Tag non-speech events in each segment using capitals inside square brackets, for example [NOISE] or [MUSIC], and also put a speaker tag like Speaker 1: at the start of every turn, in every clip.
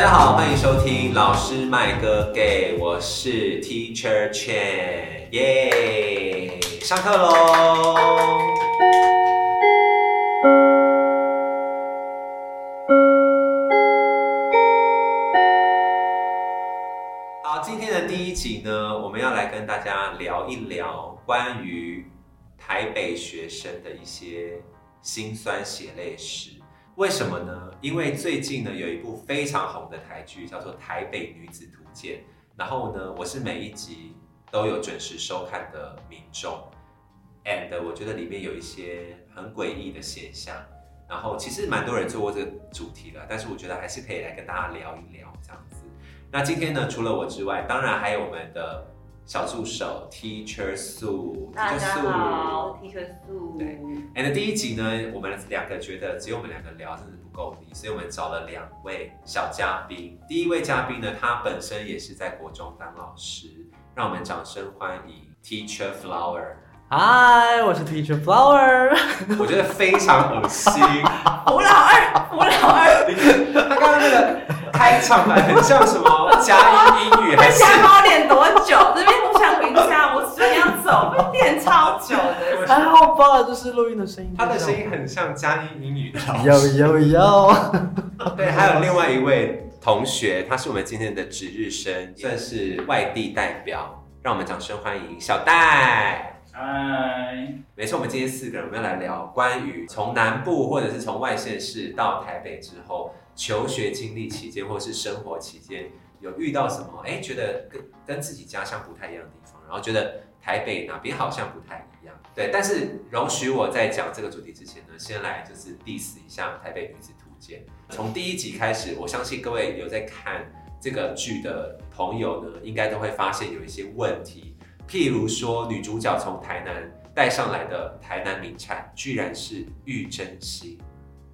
Speaker 1: 欢迎收听老师麦哥给，我是 Teacher Chen，耶、上课喽！好，今天的第一集呢，我们要来跟大家聊一聊关于台北学生的一些辛酸血泪史。为什么呢？因为最近呢有一部非常红的台剧叫做《台北女子图鉴》，然后呢，我是每一集都有准时收看的民众，and 我觉得里面有一些很诡异的现象，然后其实蛮多人做过这个主题了，但是我觉得还是可以来跟大家聊一聊这样子。那今天呢，除了我之外，当然还有我们的小助手 Teacher Sue，
Speaker 2: 大
Speaker 1: Teacher
Speaker 2: 家
Speaker 1: Sue
Speaker 2: 好，Teacher 素。
Speaker 1: 对 and 第一集呢，我们两个觉得只有我们两个聊真的不够力，所以我们找了两位小嘉宾。第一位嘉宾呢，他本身也是在国中当老师，让我们掌声欢迎 Teacher Flower。
Speaker 3: 嗨，我是 Teacher Flower。 [LAUGHS]
Speaker 1: 我觉得非常恶心，
Speaker 2: 我老二，我老 [LAUGHS] 二，
Speaker 1: 他刚刚那个开场白很像什么加音英语还
Speaker 2: 我 [LAUGHS]
Speaker 1: 是？
Speaker 2: 想帮我练多久？这边不想回家，我准备要走，我练超久的。 [LAUGHS]
Speaker 3: 还哎好吧，就是录音的声音。
Speaker 1: 他的声音很像加音英语的老
Speaker 3: 有
Speaker 1: 师。
Speaker 3: 有有。
Speaker 1: 对，还有另外一位同学，他是我们今天的值日生，算是外地代表，让我们掌声欢迎小戴。
Speaker 4: 嗨，
Speaker 1: 没错，我们今天四个人，我们要来聊关于从南部或者是从外县市到台北之后，求学经历期间或是生活期间，有遇到什么？哎，觉得跟跟自己家乡不太一样的地方，然后觉得台北哪边好像不太一样。对，但是容许我在讲这个主题之前呢，先来就是 diss 一下《台北女子图鉴》。从第一集开始，我相信各位有在看这个剧的朋友呢，应该都会发现有一些问题，譬如说女主角从台南带上来的台南名产，居然是玉珍稀，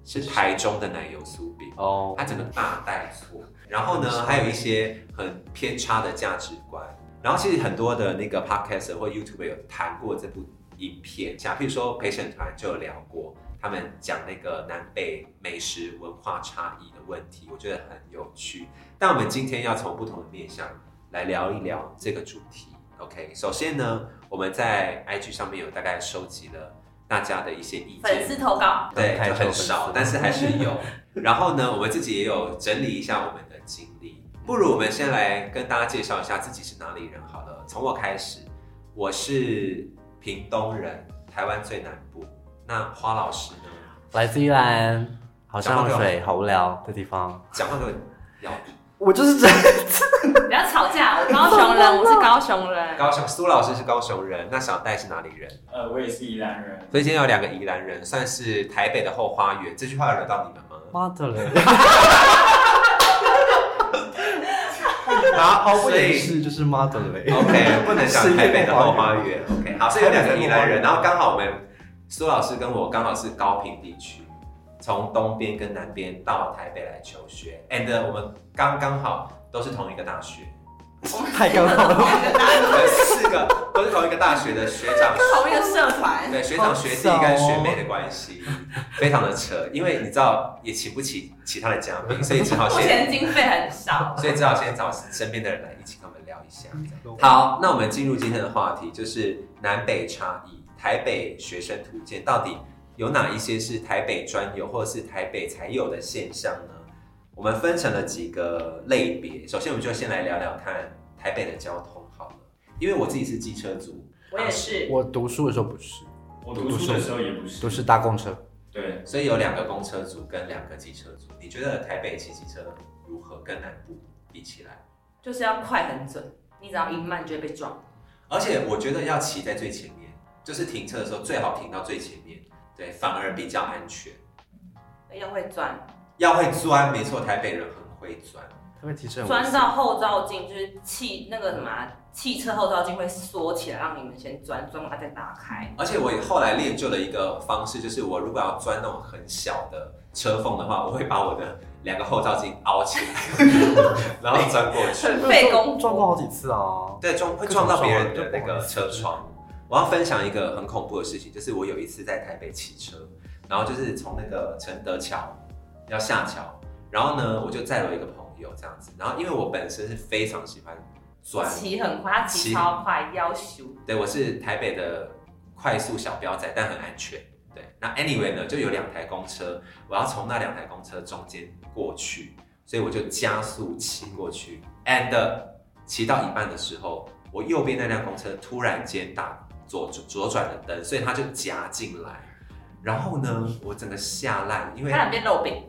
Speaker 1: 是台中的奶油酥饼，
Speaker 3: [LAUGHS] 哦
Speaker 1: [LAUGHS] 它整个大带错。然后呢，还有一些很偏差的价值观。然后其实很多的那个 podcaster 或 YouTuber 有谈过这部影片，像譬如说陪审团就有聊过，他们讲那个南北美食文化差异的问题，我觉得很有趣。但我们今天要从不同的面向来聊一聊这个主题。OK，首先呢，我们在 IG 上面有大概收集了大家的一些意见，
Speaker 2: 粉丝投稿，
Speaker 1: 对，
Speaker 3: 太
Speaker 1: 就
Speaker 3: 多
Speaker 1: 很
Speaker 3: 粉丝
Speaker 1: 少
Speaker 3: 了，
Speaker 1: 但是还是有。然后呢，我们自己也有整理一下我们的经历。不如我们先来跟大家介绍一下自己是哪里人好了。从我开始，我是屏东人，台湾最南部。那花老师呢？
Speaker 3: 来自宜兰，好像水，好无聊的地方。
Speaker 1: 讲话给我咬住。
Speaker 3: 我就是这，
Speaker 2: 不要吵架。我高雄人， [LAUGHS] 我是高雄人。
Speaker 1: 高雄苏老师是高雄人，那小戴是哪里人？
Speaker 4: 呃，我也是宜兰人，
Speaker 1: 所以今天有两个宜兰人，算是台北的后花园。这句话有惹到你们吗？
Speaker 3: 妈的嘞！
Speaker 1: [LAUGHS] 好
Speaker 3: 我
Speaker 1: 所
Speaker 3: 也
Speaker 1: 以
Speaker 3: 是，就是妈的嘞。
Speaker 1: [LAUGHS] OK，不能想台北的后花园。OK，好，所以有两个宜兰人，然后刚好我们苏老师跟我刚好是高平地区，从东边跟南边到台北来求学，and 呃我们刚刚好都是同一个大学，
Speaker 3: [LAUGHS] 太刚好了，
Speaker 1: 我们四个都是同一个大学的学长。
Speaker 2: 同一个社团，
Speaker 1: 对学长学弟跟学妹的关系非常的扯，因为你知道也请不起其他的嘉宾，所以只好
Speaker 2: [LAUGHS] 目
Speaker 1: 先
Speaker 2: 前经费很 [LAUGHS] 少。
Speaker 1: 所以只好先找身边的人来一起跟我们聊一下。好，那我们进入今天的话题，就是南北差异。台北学生图鉴到底有哪一些是台北专有，或者是台北才有的现象呢？我们分成了几个类别。首先，我们就先来聊聊看台北的交通好了，因为我自己是机车族，
Speaker 2: 我也是，
Speaker 3: 我读书的时候不是，
Speaker 4: 我读书的时候也不是，
Speaker 3: 都是搭公车。
Speaker 4: 对，
Speaker 1: 所以有两个公车族跟两个机车族。你觉得台北骑机车如何跟南部比起来？
Speaker 2: 就是要快很准，你只要一慢就会被撞。
Speaker 1: 而且我觉得要骑在最前面，就是停车的时候最好停到最前面，对，反而比较安全。
Speaker 2: 要会钻，
Speaker 1: 要会钻，没错，台北人很会钻，
Speaker 3: 他们提升
Speaker 2: 钻到后照镜就是汽那个什么啊汽车后照镜会缩起来，让你们先钻，钻完再打开。
Speaker 1: 而且我后来练就了一个方式，就是我如果要钻那种很小的车缝的话，我会把我的两个后照镜凹起来， [LAUGHS] 然后钻过去。
Speaker 2: 很费工夫
Speaker 3: 撞过好几次啊。
Speaker 1: 对，撞会撞到别人的那个车窗。我要分享一个很恐怖的事情，就是我有一次在台北骑车，然后就是从那个承德桥要下桥，然后呢，我就载了一个朋友这样子。然后因为我本身是非常喜欢钻，
Speaker 2: 骑很快，他骑
Speaker 1: 骑
Speaker 2: 超快，要求
Speaker 1: 对我是台北的快速小标仔，但很安全。对，那 anyway 呢，就有两台公车，我要从那两台公车中间过去，所以我就加速骑过去，and 呃骑到一半的时候，我右边那辆公车突然间打左左转的灯，所以它就夹进来，然后呢，我整个吓烂，因为
Speaker 2: 差点变肉饼。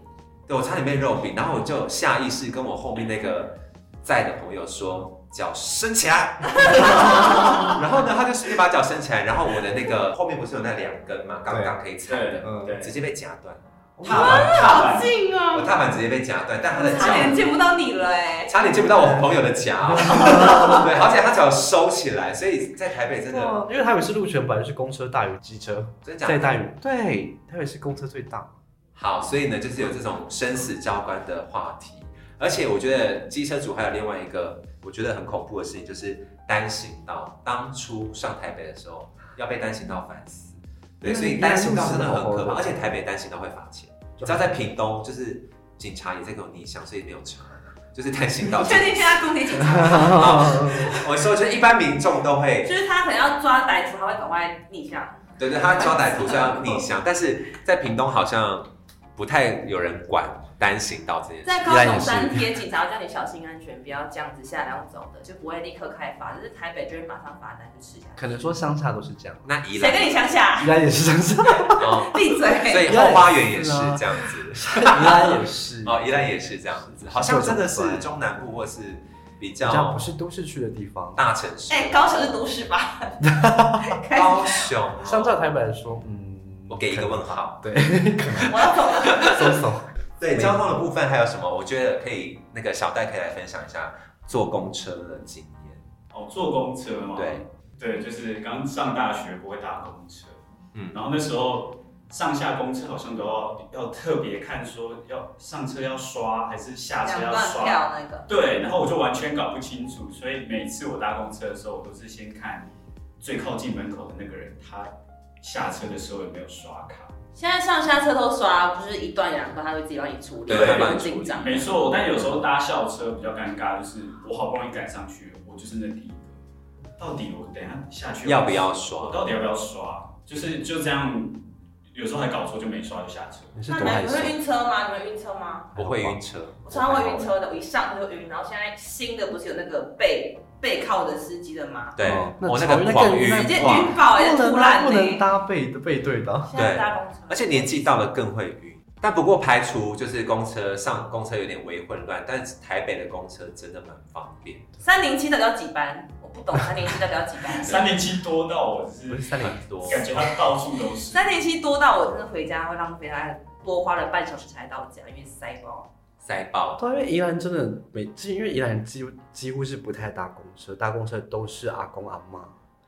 Speaker 1: 对我差点被肉饼，然后我就下意识跟我后面那个在的朋友说，脚伸起来。 [LAUGHS] 然后呢，他就直接把脚伸起来，然后我的那个后面不是有那两根嘛，杠杠可以踩
Speaker 4: 对
Speaker 1: 的，
Speaker 4: 嗯
Speaker 1: 直接被夹断，
Speaker 4: 踏板踏板，
Speaker 2: 近
Speaker 1: 我！踏板直接被夹断，但他的
Speaker 2: 差点
Speaker 1: 脚。
Speaker 2: 见不到你了哎、
Speaker 1: 差点见不到我朋友的脚，对，而且他脚收起来，所以在台北真的，
Speaker 3: [LAUGHS]
Speaker 5: 因为台北市路权本来就是公车大于机车，
Speaker 1: 真的
Speaker 5: 再
Speaker 1: 讲
Speaker 5: 大于对，台北市公车最大。
Speaker 1: 好，所以呢，就是有这种生死交关的话题，而且我觉得机车主还有另外一个我觉得很恐怖的事情，就是单行道。当初上台北的时候，要被单行道烦死，对，
Speaker 5: 嗯
Speaker 1: 所以单行道真的很可
Speaker 5: 原来路是
Speaker 1: 怕，
Speaker 5: 好好的
Speaker 1: 而且台北单行道会罚钱。你知道在屏东，就是警察也在给我逆向，所以没有查，就是单行
Speaker 5: [LAUGHS]
Speaker 1: 道
Speaker 2: 你。确定现在公铁警
Speaker 5: 哦
Speaker 2: 察，
Speaker 1: 我说就是一般民众都会
Speaker 2: 就是他可能要抓歹徒，他会赶快逆向。
Speaker 1: 对对，他招歹徒是要逆向，但是在屏东好像不太有人管单行道这件事。
Speaker 2: 在高雄三天，警察叫你小心安全，不要这样子下来用走的，就不会立刻开罚。只是台北就会马上罚单就吃下去。
Speaker 5: 可能说乡下都是这样，
Speaker 1: 那宜
Speaker 2: 谁
Speaker 1: 兰
Speaker 2: 跟你乡
Speaker 1: [LAUGHS]
Speaker 2: 下？
Speaker 5: 宜兰也是乡下，
Speaker 1: 哦，
Speaker 2: 闭
Speaker 1: 所
Speaker 2: 嘴！
Speaker 1: 以
Speaker 5: 哎
Speaker 1: 后花园也是这样子，
Speaker 5: 宜兰也是，
Speaker 1: 哦，宜兰也是这样子，好像真的是中南部或是比
Speaker 5: 比较
Speaker 1: 较
Speaker 5: 不是都市区的地方。
Speaker 1: 大城市，
Speaker 2: 哎、高雄是都市
Speaker 1: [LAUGHS]
Speaker 2: 吧？开始，
Speaker 1: 高雄哦，
Speaker 5: 相较台北来说，嗯，
Speaker 1: 我给一个问号。
Speaker 5: 对，
Speaker 2: 我要走了。
Speaker 5: 搜搜。
Speaker 1: 对交通的部分还有什么？我觉得可以，那个小戴可以来分享一下坐公车的经验。
Speaker 4: 哦，坐公车嘛，
Speaker 1: 对，
Speaker 4: 对，就是刚上大学不会搭公车，
Speaker 1: 嗯
Speaker 4: 嗯，然后那时候上下公车好像都要要特别看说要上车要刷还是下车
Speaker 2: 两
Speaker 4: 要
Speaker 2: 段
Speaker 4: 刷，
Speaker 2: 票那个，
Speaker 4: 对，然后我就完全搞不清楚，所以每次我搭公车的时候，我都是先看最靠近门口的那个人，他下车的时候有没有刷卡。
Speaker 2: 现在上下车都刷，不是一段两段，他会自己帮你处理，
Speaker 1: 对
Speaker 2: 不
Speaker 1: 帮
Speaker 2: 用
Speaker 1: 你处理
Speaker 2: 紧张。
Speaker 4: 没错，但有时候搭校车比较尴尬，就是我好不容易赶上去了，我就是那第一个，到底我等一下下去
Speaker 1: 要不要
Speaker 4: 我
Speaker 1: 刷？
Speaker 4: 到底要不要刷？就是就这样，有时候还搞错就没刷就下车。
Speaker 5: 你是
Speaker 2: 那
Speaker 5: 多
Speaker 2: 你们
Speaker 5: 害
Speaker 2: 你
Speaker 5: 羞
Speaker 2: 们？会晕车吗？你们晕车吗？
Speaker 1: 不会
Speaker 5: 哦
Speaker 1: 晕车，
Speaker 2: 我常常会晕车的，我一上车就晕。然后现在新的不是有那个背背靠的司机的吗？
Speaker 1: 对，
Speaker 5: 哦那
Speaker 1: 我那个
Speaker 5: 那个
Speaker 1: 狂晕
Speaker 5: 那
Speaker 2: 直接
Speaker 1: 哇
Speaker 2: 晕爆，也
Speaker 5: 不能
Speaker 2: 突
Speaker 5: 搭
Speaker 2: 然
Speaker 5: 不能
Speaker 2: 呢。
Speaker 5: 搭背的背对的啊，
Speaker 2: 现在搭公车，
Speaker 1: 而且年纪到了更会晕。但不过排除就是公车上公车有点微混乱，但是台北的公车真的蛮方便。
Speaker 2: 三零七代表几班？我不懂三零七代表几班。
Speaker 4: 三零七多到我就是
Speaker 5: 三零
Speaker 1: 很多，
Speaker 4: 感觉它到处都是。
Speaker 2: 三零七多到我真的回家会浪费大概多花了半小时才到家，因为塞爆。
Speaker 1: 塞爆。
Speaker 5: 对啊，因为宜兰真的每次，因为宜兰人几乎几乎是不太搭公车，搭公车都是阿公阿妈。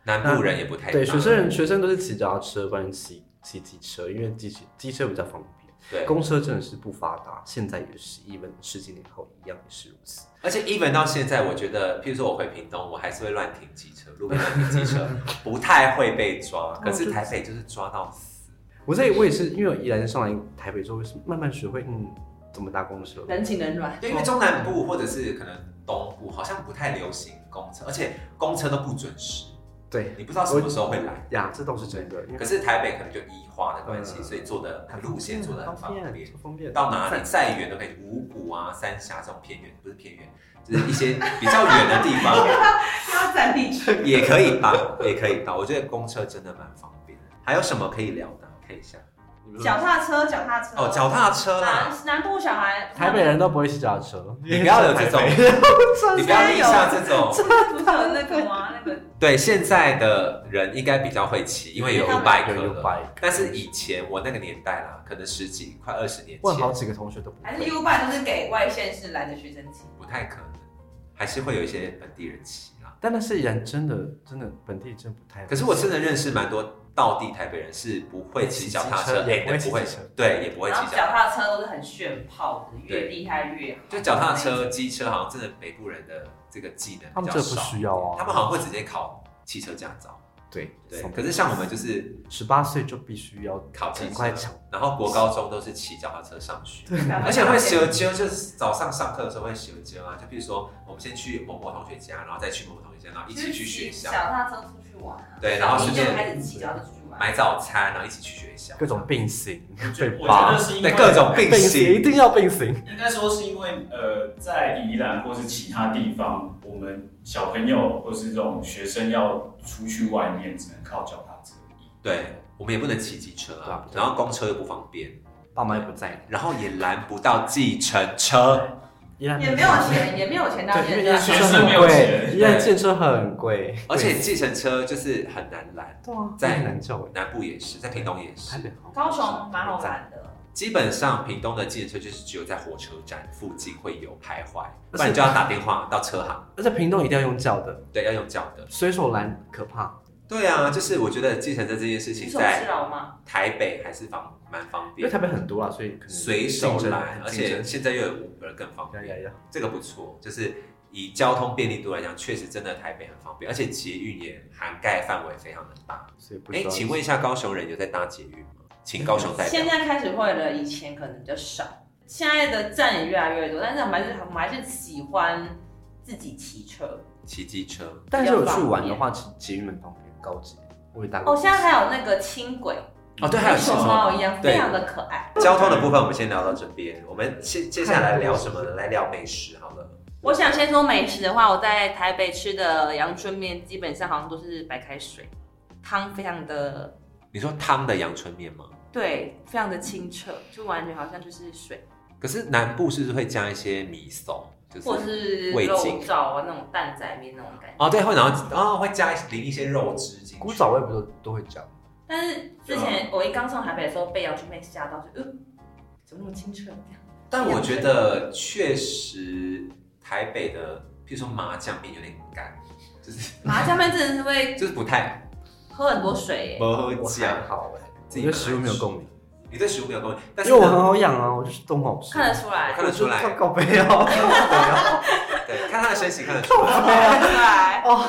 Speaker 1: 南部人也不太
Speaker 5: 对，
Speaker 1: 搭
Speaker 5: 学生人学生都是骑脚踏车，不然骑骑机车，因为机车机车比较方便。
Speaker 1: 对，
Speaker 5: 公车真的是不发达，现在也是，even 十几年后一样也是如此。
Speaker 1: 而且 even 到现在，我觉得，譬如说我回屏东，我还是会乱停机车，路边乱停机车，不太会被抓。可是台北就是抓到死，
Speaker 5: 我在我也是，因为我宜兰上来台北之后，是慢慢学会嗯怎么搭公车。
Speaker 2: 人情冷暖，
Speaker 1: 对，因为中南部或者是可能东部好像不太流行公车，而且公车都不准时，
Speaker 5: 对
Speaker 1: 你不知道什么时候会来。
Speaker 5: 呀，这倒是真的，因为
Speaker 1: 可是台北可能就一化的关系，
Speaker 5: 嗯
Speaker 1: 所以做的路线做的很方便。
Speaker 5: 超方便。
Speaker 1: 到哪里再远都可以，五谷啊、三峡这种偏远，不是偏远，就是一些比较远的地方
Speaker 2: 要占地区。
Speaker 1: 也可以到，也可以到。我觉得公车真的蛮方便。还有什么可以聊的？看一下
Speaker 5: 你们
Speaker 2: 脚踏车，脚踏车。
Speaker 1: 哦，脚踏车啦，
Speaker 2: 南南部小孩，
Speaker 5: 台北人都不会骑脚踏车，
Speaker 1: 你不要有这种，你不要立下这种。
Speaker 2: 不是有那个吗？那个
Speaker 1: 对，现在的人应该比较会骑，因为有五百克
Speaker 5: 有
Speaker 1: 了。
Speaker 5: bike，
Speaker 1: 但是以前我那个年代啦，可能十几快二十年
Speaker 5: [LAUGHS] 问好
Speaker 1: 前，
Speaker 5: 几个同学都不
Speaker 2: 还是
Speaker 5: 会。
Speaker 2: U 拜都是给外县市来的学生骑。
Speaker 1: 不太可能，还是会有一些本地人骑啦。
Speaker 5: 但那是人真的真的本地真不太。
Speaker 1: 可是我真的认识蛮多道地台北人是不会骑脚踏车，
Speaker 5: 也不会
Speaker 1: 哎
Speaker 5: 骑
Speaker 1: 不
Speaker 5: 机
Speaker 1: 会
Speaker 5: 车，
Speaker 1: 对，也不会骑
Speaker 2: 然后
Speaker 1: 脚
Speaker 2: 脚
Speaker 1: 踏车。
Speaker 2: 踏车都是很炫炮的，越厉害越好。
Speaker 1: 就脚踏车、机车，好像真的北部人的这个技能
Speaker 5: 他
Speaker 1: 比较
Speaker 5: 们这不
Speaker 1: 少，
Speaker 5: 需要啊。
Speaker 1: 他们好像会直接考汽车驾照。
Speaker 5: 对，
Speaker 1: 对
Speaker 3: 送，
Speaker 1: 可是像我们就是
Speaker 3: 十八岁就必须要
Speaker 1: 考机
Speaker 3: 赶
Speaker 1: 车
Speaker 3: 快抢，
Speaker 1: 然后国高中都是骑脚踏车上学，而
Speaker 2: 而
Speaker 1: 且会修纠，就是早上上课的时候会修纠啊。就比如说，我们先去某某同学家，然后再去某某同学家，然后一起去学校
Speaker 2: 脚踏车出去玩啊，
Speaker 1: 对然后
Speaker 2: 小一
Speaker 1: 顺便
Speaker 2: 就开始骑脚踏车出去玩，
Speaker 1: 买早餐，然后一起去学校，
Speaker 3: 各种并行
Speaker 4: 我觉
Speaker 3: 被
Speaker 4: 得我觉
Speaker 3: 扒
Speaker 4: 得，是因为
Speaker 1: 对各种并
Speaker 3: 一
Speaker 1: 行。
Speaker 3: 定要并行。
Speaker 4: 应该说是因为呃，在宜兰或是其他地方，我们小朋友或是这种学生要出去外面，只能靠脚踏车。
Speaker 1: 对，我们也不能骑机车啊，
Speaker 3: 对
Speaker 1: 然后公车又不方便，
Speaker 3: 爸妈又不在，
Speaker 1: 然后也拦不到计程车。
Speaker 3: 依然
Speaker 2: 也没有钱，也没有钱到
Speaker 3: 对，因为
Speaker 2: 现
Speaker 3: 依然建设
Speaker 2: 在。
Speaker 4: 学生没
Speaker 3: 很
Speaker 4: 有
Speaker 3: 贵，
Speaker 4: 钱
Speaker 3: 依然建设很贵，
Speaker 1: 而且计程车就是很难拦，
Speaker 3: 对啊，
Speaker 1: 在
Speaker 3: 在南角哎，
Speaker 1: 南部也是，在屏东也
Speaker 3: 台
Speaker 1: 是。
Speaker 3: 北好，
Speaker 2: 高雄蛮好玩的，
Speaker 1: 基本上屏东的计程车就是只有在火车站附近会有徘徊，
Speaker 3: 而且
Speaker 1: 不然你就要打电话到车行，
Speaker 3: 而且屏东一定要用叫的，
Speaker 1: 对，要用叫的。
Speaker 3: 随手拦可怕，
Speaker 1: 对啊，就是我觉得计程车这件事
Speaker 2: 举
Speaker 1: 情
Speaker 2: 手之
Speaker 1: 在
Speaker 2: 劳嘛。
Speaker 1: 台北还是方蛮方
Speaker 3: 因为
Speaker 1: 便，
Speaker 3: 台北很多啦，所以可能
Speaker 1: 随手来，而
Speaker 3: 竞
Speaker 1: 且
Speaker 3: 争
Speaker 1: 现在又有 Uber 更方
Speaker 3: 呀
Speaker 1: 便，
Speaker 3: 呀呀，
Speaker 1: 这个不错。就是以交通便利度来讲，确实真的台北很方便，而且捷运也涵盖范围非常的大。
Speaker 3: 所以不
Speaker 1: 哎
Speaker 3: 需，要。
Speaker 1: 请问一下，高雄人有在搭捷运吗？请高雄代表
Speaker 2: 现。在开始会了，以前可能比较少。现在的站也越来越多，但是我们还是我们还是喜欢自己骑车。
Speaker 1: 骑机车，
Speaker 3: 但是有去玩的话，其实捷运蛮方便，高级，我也搭过。
Speaker 2: 哦，现在还有那个轻轨，
Speaker 1: 哦对还有
Speaker 2: 跟熊
Speaker 1: 轻轨
Speaker 2: 猫一样，
Speaker 1: 对
Speaker 2: 非常的可爱。
Speaker 1: 交通的部分我们先聊到这边，我们接接下来聊什么呢？来聊美食好了。
Speaker 2: 我想先说美食的话，我在台北吃的阳春面基本上好像都是白开水，汤非常的
Speaker 1: 你说汤的阳春面吗？
Speaker 2: 对，非常的清澈，就完全好像就是水，
Speaker 1: 可是南部是不是会加一些米松？就
Speaker 2: 或者是
Speaker 1: 味
Speaker 2: 肉
Speaker 1: 精
Speaker 2: 燥啊那种蛋仔面那种感觉。
Speaker 1: 哦，对，会然后哦会加淋一些肉汁进去。
Speaker 3: 古早味不都都会讲，
Speaker 2: 但是之前我一刚上台北的时候，被阳春面吓到，就呃，怎么那么清澈？
Speaker 1: 但我觉得确实台北的，譬如说麻酱面有点干，就是
Speaker 2: 麻酱面真的是会
Speaker 1: 就是不太
Speaker 2: 喝很多水耶，
Speaker 1: 不喝
Speaker 3: 我还。好哎，哦我
Speaker 1: 自己
Speaker 3: 对食物没有
Speaker 1: 本来吃
Speaker 3: 共鸣，
Speaker 1: 你对食物没有共鸣，但
Speaker 3: 因
Speaker 1: 是
Speaker 3: 为
Speaker 1: 呢
Speaker 3: 我很好养啊，我就是都很好吃。
Speaker 2: 看得出
Speaker 3: [LAUGHS]
Speaker 2: 来，
Speaker 1: 看得出来
Speaker 3: 我就靠背哦， [LAUGHS] 靠
Speaker 1: 对看他的身形看得出来。 [LAUGHS]
Speaker 2: 看得出来。
Speaker 3: 背哦，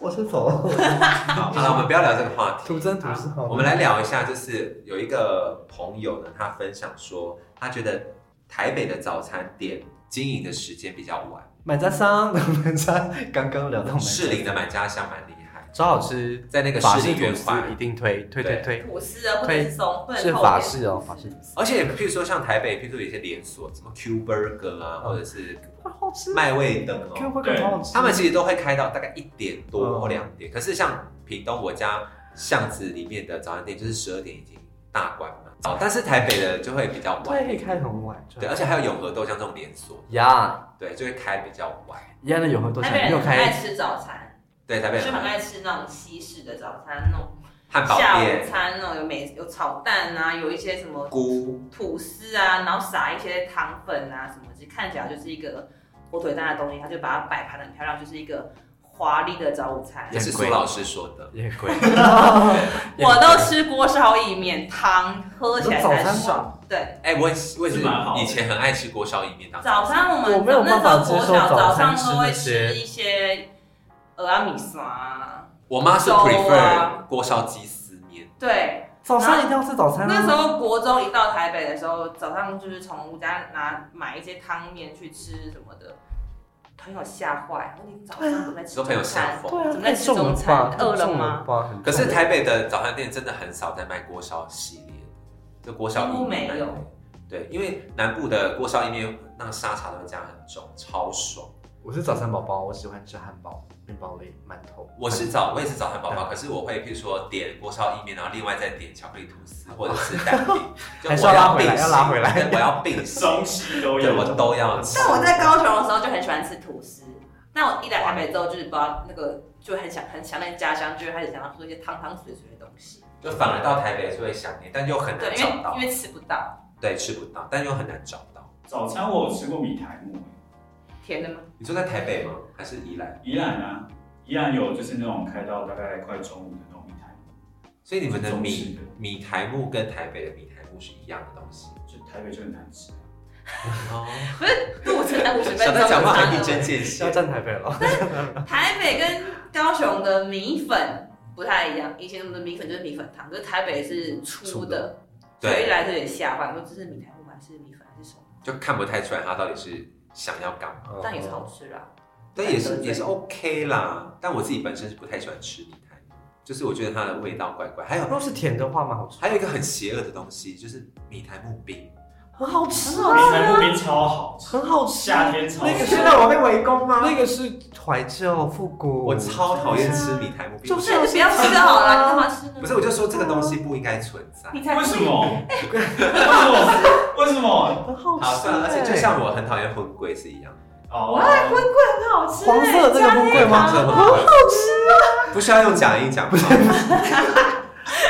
Speaker 3: 我是 [LAUGHS] 否
Speaker 1: 好好了，我们不要聊这个话题。
Speaker 3: 徒增徒是好。
Speaker 1: 我们来聊一下，就是有一个朋友呢，他分享说，他觉得台北的早餐店经营的时间比较晚，
Speaker 3: 买家 [LAUGHS] 商的买家，刚刚聊到买家
Speaker 1: 士林的买家香蛮厉害，
Speaker 3: 超好吃，
Speaker 1: 在那个
Speaker 3: 法
Speaker 1: 士
Speaker 3: 式
Speaker 1: 林
Speaker 3: 吐
Speaker 1: 圆
Speaker 3: 司
Speaker 1: 环
Speaker 3: 一，定推推推推，
Speaker 2: 吐司啊，不能松，不能
Speaker 3: 是
Speaker 2: 厚
Speaker 3: 法
Speaker 2: 点
Speaker 3: 式哦，法式吐司，
Speaker 1: 而且譬如说像台北，譬如说有一些连锁，什么 Q Burger
Speaker 3: 嗯
Speaker 1: 啊，或者是
Speaker 3: 好吃
Speaker 1: 麦味登哦，
Speaker 3: Q
Speaker 4: 对
Speaker 3: 很好吃。
Speaker 1: 他们其实都会开到大概一点多
Speaker 3: 嗯
Speaker 1: 或两点。可是像屏东我家巷子里面的早餐店，就是十二点已经大关了。哦，但是台北的就会比较晚，
Speaker 3: 对可以开很晚，
Speaker 1: 对，而呃且还有永和豆浆这种连锁，
Speaker 3: 呀，
Speaker 1: 对，就会开比较晚。
Speaker 3: 一样的有很多
Speaker 2: 台
Speaker 3: 钱
Speaker 2: 北
Speaker 3: 没有
Speaker 2: 人很爱
Speaker 3: 开，
Speaker 2: 吃早餐，
Speaker 1: 对，台北
Speaker 2: 就
Speaker 1: 人
Speaker 2: 很
Speaker 1: 很
Speaker 2: 爱吃那种西式的早餐，那种
Speaker 1: 汉堡
Speaker 2: 下午
Speaker 1: 店、
Speaker 2: 餐哦那种有美有炒蛋啊，有一些什么
Speaker 1: 菇，
Speaker 2: 吐司啊，然后撒一些糖粉啊什么，就看起来就是一个火腿蛋的东西，他就把它摆盘的很漂亮，就是一个华丽的早午餐
Speaker 1: 也。是苏老师说的。
Speaker 3: 也很贵。
Speaker 2: [LAUGHS] 我都吃锅烧意面汤，喝起来
Speaker 3: 早
Speaker 2: 才
Speaker 3: 餐
Speaker 2: 爽。对，
Speaker 1: 哎、我也是我也是
Speaker 4: 是蛮好的
Speaker 1: 以前很爱吃锅烧意面当
Speaker 2: 早餐我们
Speaker 3: 我没有办法
Speaker 2: 那时候
Speaker 3: 接受
Speaker 2: 国小
Speaker 3: 早
Speaker 2: 早
Speaker 3: 餐
Speaker 2: 上
Speaker 3: 吃
Speaker 2: 都
Speaker 3: 那
Speaker 2: 会
Speaker 3: 些
Speaker 2: 吃一些俄阿米沙啊，
Speaker 1: 我妈是
Speaker 2: 粥啊
Speaker 1: prefer 锅烧鸡丝面，
Speaker 2: 对。
Speaker 3: 早上一定要吃早
Speaker 5: 哦
Speaker 3: 餐
Speaker 2: 那时
Speaker 3: 啊！
Speaker 2: 候国中一到台北的时候，早上就是从我家拿买一些汤面去吃什么的，朋友吓坏，说你早上怎么在吃
Speaker 1: 都
Speaker 2: 中
Speaker 1: 很有吓？
Speaker 2: 餐
Speaker 1: 疯。
Speaker 3: 对啊，
Speaker 2: 怎么在
Speaker 3: 太
Speaker 2: 吃
Speaker 3: 重了
Speaker 2: 中餐
Speaker 3: 吧？
Speaker 2: 饿了
Speaker 3: 太重
Speaker 2: 吗
Speaker 3: 吧？很
Speaker 1: 可是
Speaker 3: 重
Speaker 1: 台北的早餐店真的很少在卖锅烧系列，就锅烧意面
Speaker 2: 几乎没有。
Speaker 1: 对，因为南部的锅烧意面那个沙茶都会加很重，超爽。
Speaker 3: 我是早餐宝宝，我喜欢吃汉堡、面包类、馒头。
Speaker 1: 我是早，我也是早餐宝宝，
Speaker 3: 嗯
Speaker 1: 可是我会譬如说点锅烧意面，然后另外再点巧克力吐司或者是蛋饼，就
Speaker 3: 还是
Speaker 1: 我
Speaker 3: 要拉回
Speaker 1: 并
Speaker 3: 来
Speaker 1: 行
Speaker 3: 要拉回来
Speaker 1: 对我要并
Speaker 4: [LAUGHS]
Speaker 1: 行，
Speaker 4: 东西都
Speaker 1: 对
Speaker 4: 有，
Speaker 1: 我都要吃。
Speaker 2: 但我在高雄的时候就很喜欢吃吐司，那我一来台北之后就是不知道那个就很想很想念家乡，就开始想要做一些汤汤水水的东
Speaker 1: [LAUGHS]
Speaker 2: 西。
Speaker 1: 就反而到台北是会想念，但又很
Speaker 2: 对，
Speaker 1: 难
Speaker 2: 因
Speaker 1: 找
Speaker 2: 为
Speaker 1: 到
Speaker 2: 因，为吃不到
Speaker 1: 对，吃不到，但又很难找到。
Speaker 4: 早餐我有吃过米苔木，
Speaker 2: 甜的吗？
Speaker 1: 你说在台北吗？还是宜兰？
Speaker 4: 宜兰啊，宜兰有就是那种开到大概快中午的那种米苔木，
Speaker 1: 所以你们的
Speaker 4: 中式
Speaker 1: 米
Speaker 4: 的
Speaker 1: 米台木跟台北的米台木是一样的东西。
Speaker 4: 就台北就很难吃啊。
Speaker 1: [LAUGHS] 哦，
Speaker 2: 路程才五十分
Speaker 1: 小
Speaker 2: 钟
Speaker 1: 戴
Speaker 2: 的
Speaker 1: 讲话
Speaker 2: 差
Speaker 1: 很一
Speaker 2: 距。
Speaker 1: 针见血
Speaker 3: 要。站台北了，
Speaker 2: 台北跟高雄的米粉不太一样。以前我们的米粉就是米粉汤，可是台北是粗
Speaker 5: 粗
Speaker 2: 的
Speaker 5: 的，
Speaker 2: 所以
Speaker 1: 对，
Speaker 2: 一来就有点吓坏，我说这是米苔木还是米粉还是什么？
Speaker 1: 就看不太出来他到底是想要干嘛。
Speaker 2: 但也是
Speaker 1: 哦
Speaker 2: 好吃啦。
Speaker 1: 但也是
Speaker 2: 对
Speaker 1: 也是 OK 啦，但我自己本身是不太喜欢吃米苔木，就是我觉得它的味道怪怪。还
Speaker 5: 如
Speaker 1: 有
Speaker 5: 果是甜的话，蛮好吃。
Speaker 1: 还有一个很邪恶的东西，就是米苔木冰，
Speaker 5: 很好吃
Speaker 2: 啊
Speaker 5: 啊，
Speaker 4: 米苔木冰超好吃，
Speaker 5: 很好吃。
Speaker 3: 啊
Speaker 4: 夏天超
Speaker 5: 那个
Speaker 4: 好
Speaker 5: 是
Speaker 4: 吃。
Speaker 5: 让我被围攻吗？
Speaker 1: 那
Speaker 5: 个是怀旧复古
Speaker 1: 我超讨厌吃米苔木冰。
Speaker 5: 就
Speaker 2: 那就不要吃就好了，你干嘛吃呢？
Speaker 1: 不是，我就说这个东西不应该存在。
Speaker 2: 米苔
Speaker 4: 为
Speaker 2: 木
Speaker 4: 什么？为什么？为什么？
Speaker 5: 很好
Speaker 1: 好，算了，而
Speaker 5: 欸
Speaker 1: 且就像我很讨厌荤桂是一样，
Speaker 4: 哦，
Speaker 2: 哇，荤桂很好吃欸，
Speaker 5: 黄色的那个
Speaker 2: 加
Speaker 5: 荤桂吗
Speaker 1: 黄色的
Speaker 2: 黑糖
Speaker 1: 荤
Speaker 2: 啊
Speaker 1: 桂不需要用假音 [LAUGHS] 讲，不是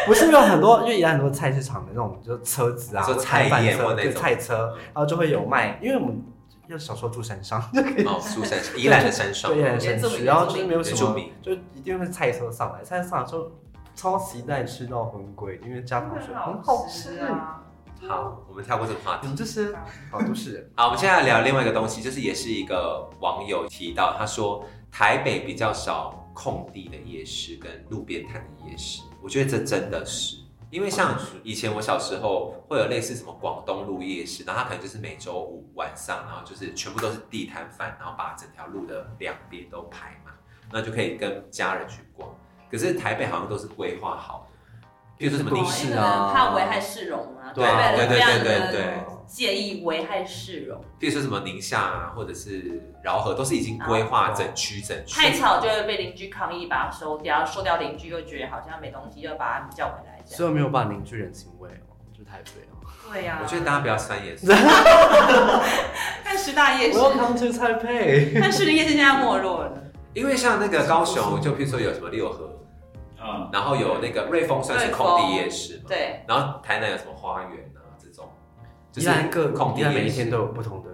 Speaker 5: 不是有很多，因为宜兰很多菜市场的那种，就是车子啊，
Speaker 1: 你说
Speaker 5: 或者
Speaker 1: 菜
Speaker 5: 摊贩
Speaker 1: 宴或
Speaker 5: 车
Speaker 1: 那
Speaker 5: 对
Speaker 1: 种
Speaker 5: 菜车，然后就会有卖，因为我们要小时候住山上，
Speaker 1: 哦，苏珊宜兰的山上
Speaker 5: [LAUGHS] 对，很神奇，然后就是没有什
Speaker 1: 原住
Speaker 5: 么
Speaker 1: 民，
Speaker 5: 就一定会菜车上来，菜车上来之后超期待吃到魂龟，因为加糖水嗯很好吃。
Speaker 2: 啊！
Speaker 1: 好，我们跳过这个话
Speaker 5: 你
Speaker 1: 题。
Speaker 5: 们这些好都市人，
Speaker 1: 好，我们现在聊另外一个东西，就是也是一个网友提到，他说台北比较少空地的夜市跟路边摊的夜市，我觉得这真的是，因为像以前我小时候会有类似什么广东路夜市，然后它可能就是每周五晚上，然后就是全部都是地摊贩，然后把整条路的两边都排满，那就可以跟家人去逛。可是台北好像都是规划好的，比如说什么啊
Speaker 5: 故
Speaker 1: 林
Speaker 5: 事
Speaker 1: 森
Speaker 2: 因为可能怕危害市容啊，
Speaker 1: 对
Speaker 2: 台北的
Speaker 1: 对
Speaker 2: 这样
Speaker 1: 对对
Speaker 5: 哦
Speaker 2: 的
Speaker 1: 对
Speaker 2: 介意危害市容，
Speaker 1: 比如说什么宁夏啊，或者是饶河，都是已经规划整区整区。
Speaker 2: 太吵就会被邻居抗议，把它收掉，收掉邻居又觉得好像没东西，又把它叫回来这
Speaker 5: 所
Speaker 2: 样。
Speaker 5: 以我没有办法凝聚人情味哦，就台北哦。
Speaker 2: 对啊呀、
Speaker 1: 我觉得大家不要酸言酸语。
Speaker 2: 看十大
Speaker 1: 哎
Speaker 2: 夜市，
Speaker 5: Welcome to 台北，
Speaker 2: 但市的夜市现在没落了。
Speaker 1: 因为像那个高雄，就譬如说有什么六合，
Speaker 4: 嗯，
Speaker 1: 然后有那个瑞丰算是空地夜市嘛，
Speaker 2: 对，
Speaker 1: 然后台南有什么花园啊这种，就
Speaker 5: 宜
Speaker 1: 是
Speaker 5: 兰各
Speaker 1: 空
Speaker 5: 宜
Speaker 1: 地
Speaker 5: 兰每
Speaker 1: 夜
Speaker 5: 一
Speaker 1: 市
Speaker 5: 天。都有不同的